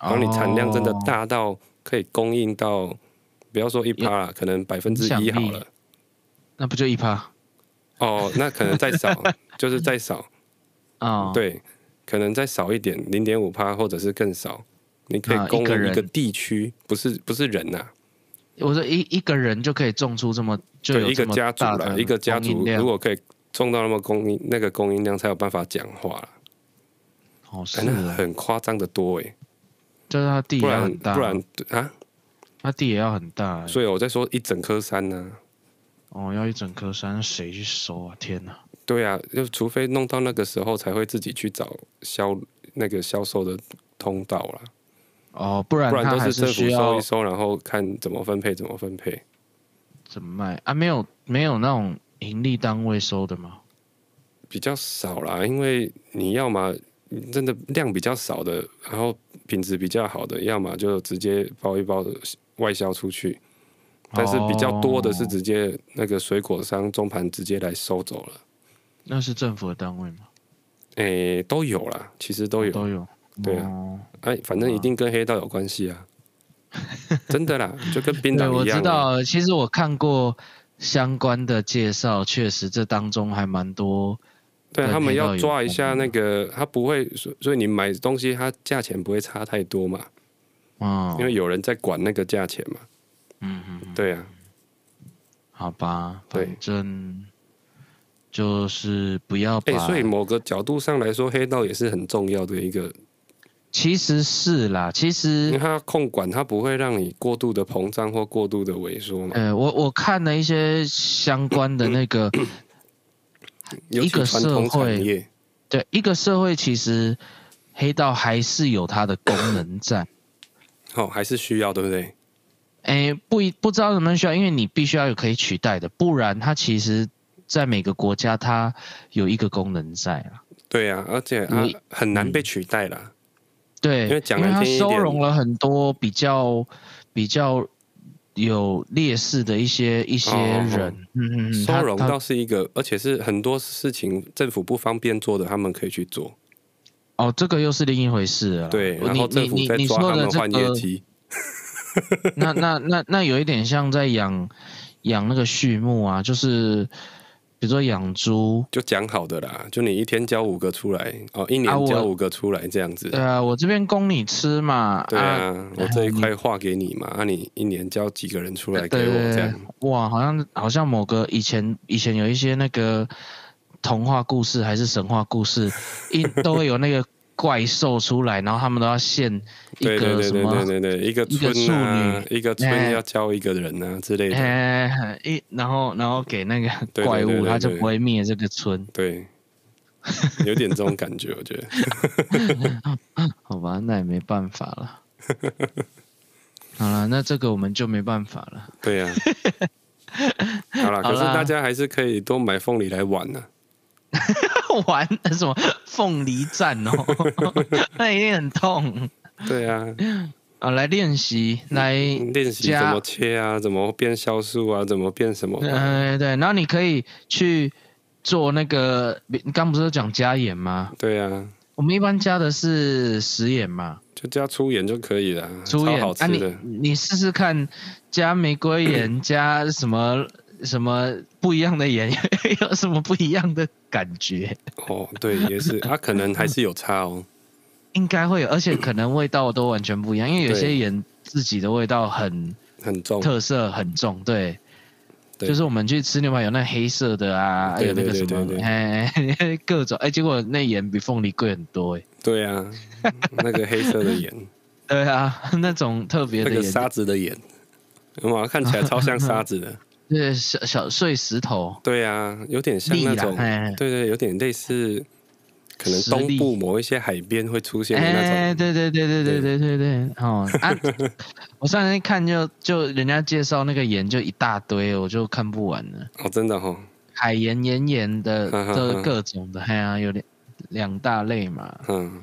S3: 然后你产量真的
S2: 哦
S3: 大到可以供应到，不要说一趴啦，可能百分之
S2: 影
S3: 一
S2: 响力
S3: 好了。
S2: 那不就一趴
S3: 哦，那可能再 少，就是再少，
S2: 啊？哦，
S3: 对，可能再少一点，零点五趴或者是更少，你可
S2: 啊
S3: 以
S2: 一
S3: 供
S2: 个
S3: 应一
S2: 人
S3: 个地区，不是不是人呐、
S2: 我说一一个人就可以种出这么就有
S3: 对，一个
S2: 这么
S3: 家族
S2: 大
S3: 啦，
S2: 的
S3: 一个家
S2: 供应
S3: 族
S2: 量
S3: 如果可以种到那么供应那个供应量，才有办法讲话啦。
S2: 哦是
S3: 哎，那
S2: 啊，
S3: 很夸张的多哎，
S2: 就是它地
S3: 不
S2: 也
S3: 然
S2: 很大，
S3: 不然啊，
S2: 它地也要很大欸，
S3: 所以我在说一整颗山呢、
S2: 哦要一整颗山，那谁去收啊？天哪！
S3: 对啊，就除非弄到那个时候才会自己去找销那个销售的通道啦，
S2: 哦，不然
S3: 不然
S2: 它
S3: 都
S2: 还
S3: 政府
S2: 需
S3: 收
S2: 要
S3: 一收，然后看怎么分配怎么分配。
S2: 怎么卖啊？没有没有那种盈利单位收的吗？
S3: 比较少啦，因为你要么真的量比较少的，然后品质比较好的，要么就直接包一包外销出去。但是比较多的是
S2: 哦
S3: 直接那个水果商中盘直接来收走了，
S2: 那是政府的单位吗？哦
S3: 诶、都有啦，其实都有，
S2: 都有，
S3: 对啊
S2: 哦
S3: 哎、反正一定跟黑道有关系 啊，真的啦，就跟槟
S2: 对，
S3: 榔
S2: 我
S3: 一样、啊
S2: 知，道，其实我看过相关的介绍，确实这当中还蛮多。
S3: 对
S2: 跟
S3: 他们
S2: 黑道
S3: 要
S2: 有
S3: 抓一
S2: 关
S3: 下
S2: 系
S3: 那个，他不会，所所以你买东西，它价钱不会差太多嘛，
S2: 嗯，
S3: 因为有人在管那个价钱嘛，
S2: 嗯嗯，
S3: 对啊，
S2: 好吧，
S3: 对
S2: 反正就是不要把。
S3: 哎、所以某个角度上来说，黑道也是很重要的一个，
S2: 其实是啦，其
S3: 因为
S2: 实
S3: 它控管，它不会让你过度的膨胀或过度的萎缩嘛，
S2: 呃，我我看了一些相关的那 个，
S3: 尤
S2: 一
S3: 其
S2: 个
S3: 传
S2: 社
S3: 统
S2: 会
S3: 产业。
S2: 对一个社会，其实黑道还是有它的功能在。
S3: 哦，还是需要，对不对？
S2: 哎，不一不知道能不能需要，因为你必须要有可以取代的，不然它其实在每个国家它有一个功能在啊。
S3: 对啊，而且啊
S2: 你，嗯
S3: 很难被取代啦。
S2: 对，
S3: 因为讲难
S2: 它
S3: 听一
S2: 收
S3: 点
S2: 容了很多比较比较有劣势的一些一些
S3: 哦哦
S2: 人，嗯嗯嗯，它
S3: 收容
S2: 它
S3: 倒是一个，而且是很多事情政府不方便做的，他们可以去做。
S2: 哦，这个又是另一回事了。
S3: 对，
S2: 我
S3: 然后政府
S2: 哦你
S3: 再
S2: 你你
S3: 抓他
S2: 说的
S3: 们
S2: 这
S3: 换业
S2: 个，
S3: 绩。
S2: 那那那那有一点像在养养那个畜牧啊，就是比如说养猪，
S3: 就讲好的啦，就你一天交五个出来，哦，一
S2: 啊
S3: 年
S2: 我
S3: 交五个出来这样子。
S2: 对啊，我这边供你吃嘛，
S3: 对啊，我这一
S2: 你
S3: 块划给你嘛，啊，你一年交几个人出来给
S2: 呃对
S3: 我
S2: 对
S3: 这
S2: 对
S3: 样？
S2: 哇，好像好像某个以前以前有一些那个童话故事还是神话故事，一都会有那个怪兽出来，然后他们都要献一
S3: 对对
S2: 个
S3: 对
S2: 什
S3: 对对
S2: 么
S3: 对对，一个
S2: 一个
S3: 村啊，一个
S2: 哎
S3: 村要教一个人啊之类的，
S2: 哎，一然后然后给那个
S3: 对对
S2: 怪
S3: 对
S2: 物，
S3: 对
S2: 他就
S3: 对
S2: 不会灭这个村，
S3: 对，有点这种感觉，我觉得。
S2: 好吧？那也没办法了。好了，那这个我们就没办法了。
S3: 对呀、好啦，
S2: 好
S3: 可是
S2: 啦
S3: 大家还是可以多买凤梨来玩啊呢、
S2: 玩什么凤梨战哦， 那一定很痛
S3: 对啊，
S2: 啊！来练习，来，
S3: 练习
S2: 加
S3: 怎么切啊，怎么变酵素啊，怎么变什么啊、
S2: 呃，对，然后你可以去做那个，你刚不是讲加盐吗？
S3: 对啊，
S2: 我们一般加的是食盐嘛，
S3: 就加粗盐就可以了，
S2: 粗盐
S3: 超好吃
S2: 啊
S3: 的。
S2: 你你试试看，加玫瑰盐，加什么什么不一样的盐， 有什么不一样的感觉？
S3: 哦，对，也是，它、可能还是有差哦。
S2: 应该会有，而且可能味道都完全不一样，因为有些
S3: 对
S2: 盐自己的味道很
S3: 很重，
S2: 特色很重，对。
S3: 哦对
S2: 就是我们去吃牛排有那黑色的啊，还
S3: 对
S2: 有那个
S3: 对
S2: 什
S3: 对
S2: 么
S3: 对，对
S2: 哎， 各种哎，结果那盐比凤梨贵很多哎。
S3: 对啊，那个黑色的 盐，
S2: 对啊， 那种特别
S3: 那
S2: 的
S3: 个
S2: 盐，
S3: 沙子的盐，哇，看起来超像沙 子的。
S2: 对小小碎石头，
S3: 对啊，有点像
S2: 粒
S3: 那
S2: 啦
S3: 种，
S2: 哎
S3: 对对，有点类似，可能
S2: 实
S3: 东
S2: 力
S3: 部某一些海边会出现的那
S2: 哎，
S3: 种。
S2: 对对对对对对对对，哦 啊！我上次看就就人家介绍那个盐就一大堆，我就看不完了，
S3: 哦，真的哈、哦，
S2: 海盐、盐盐 的，
S3: 哈哈哈
S2: 都各种的，哎呀，有两两大类嘛。
S3: 嗯，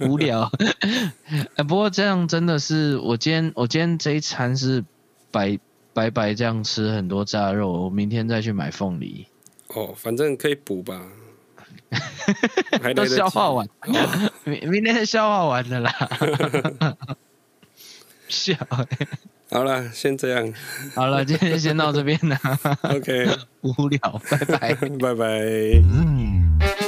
S2: 无聊。 哎，不过这样真的是，我今天我今天这一餐是白白白这样吃很多炸肉，我明天再去买凤梨，
S3: 哦，反正可以补吧，还来
S2: 都
S3: 得及
S2: 消化完， 明明天消化完了啦。 笑欸、
S3: 好了，先这样
S2: 好了，今天先到这边啦，
S3: ，OK，
S2: 无聊，拜拜。
S3: 拜拜。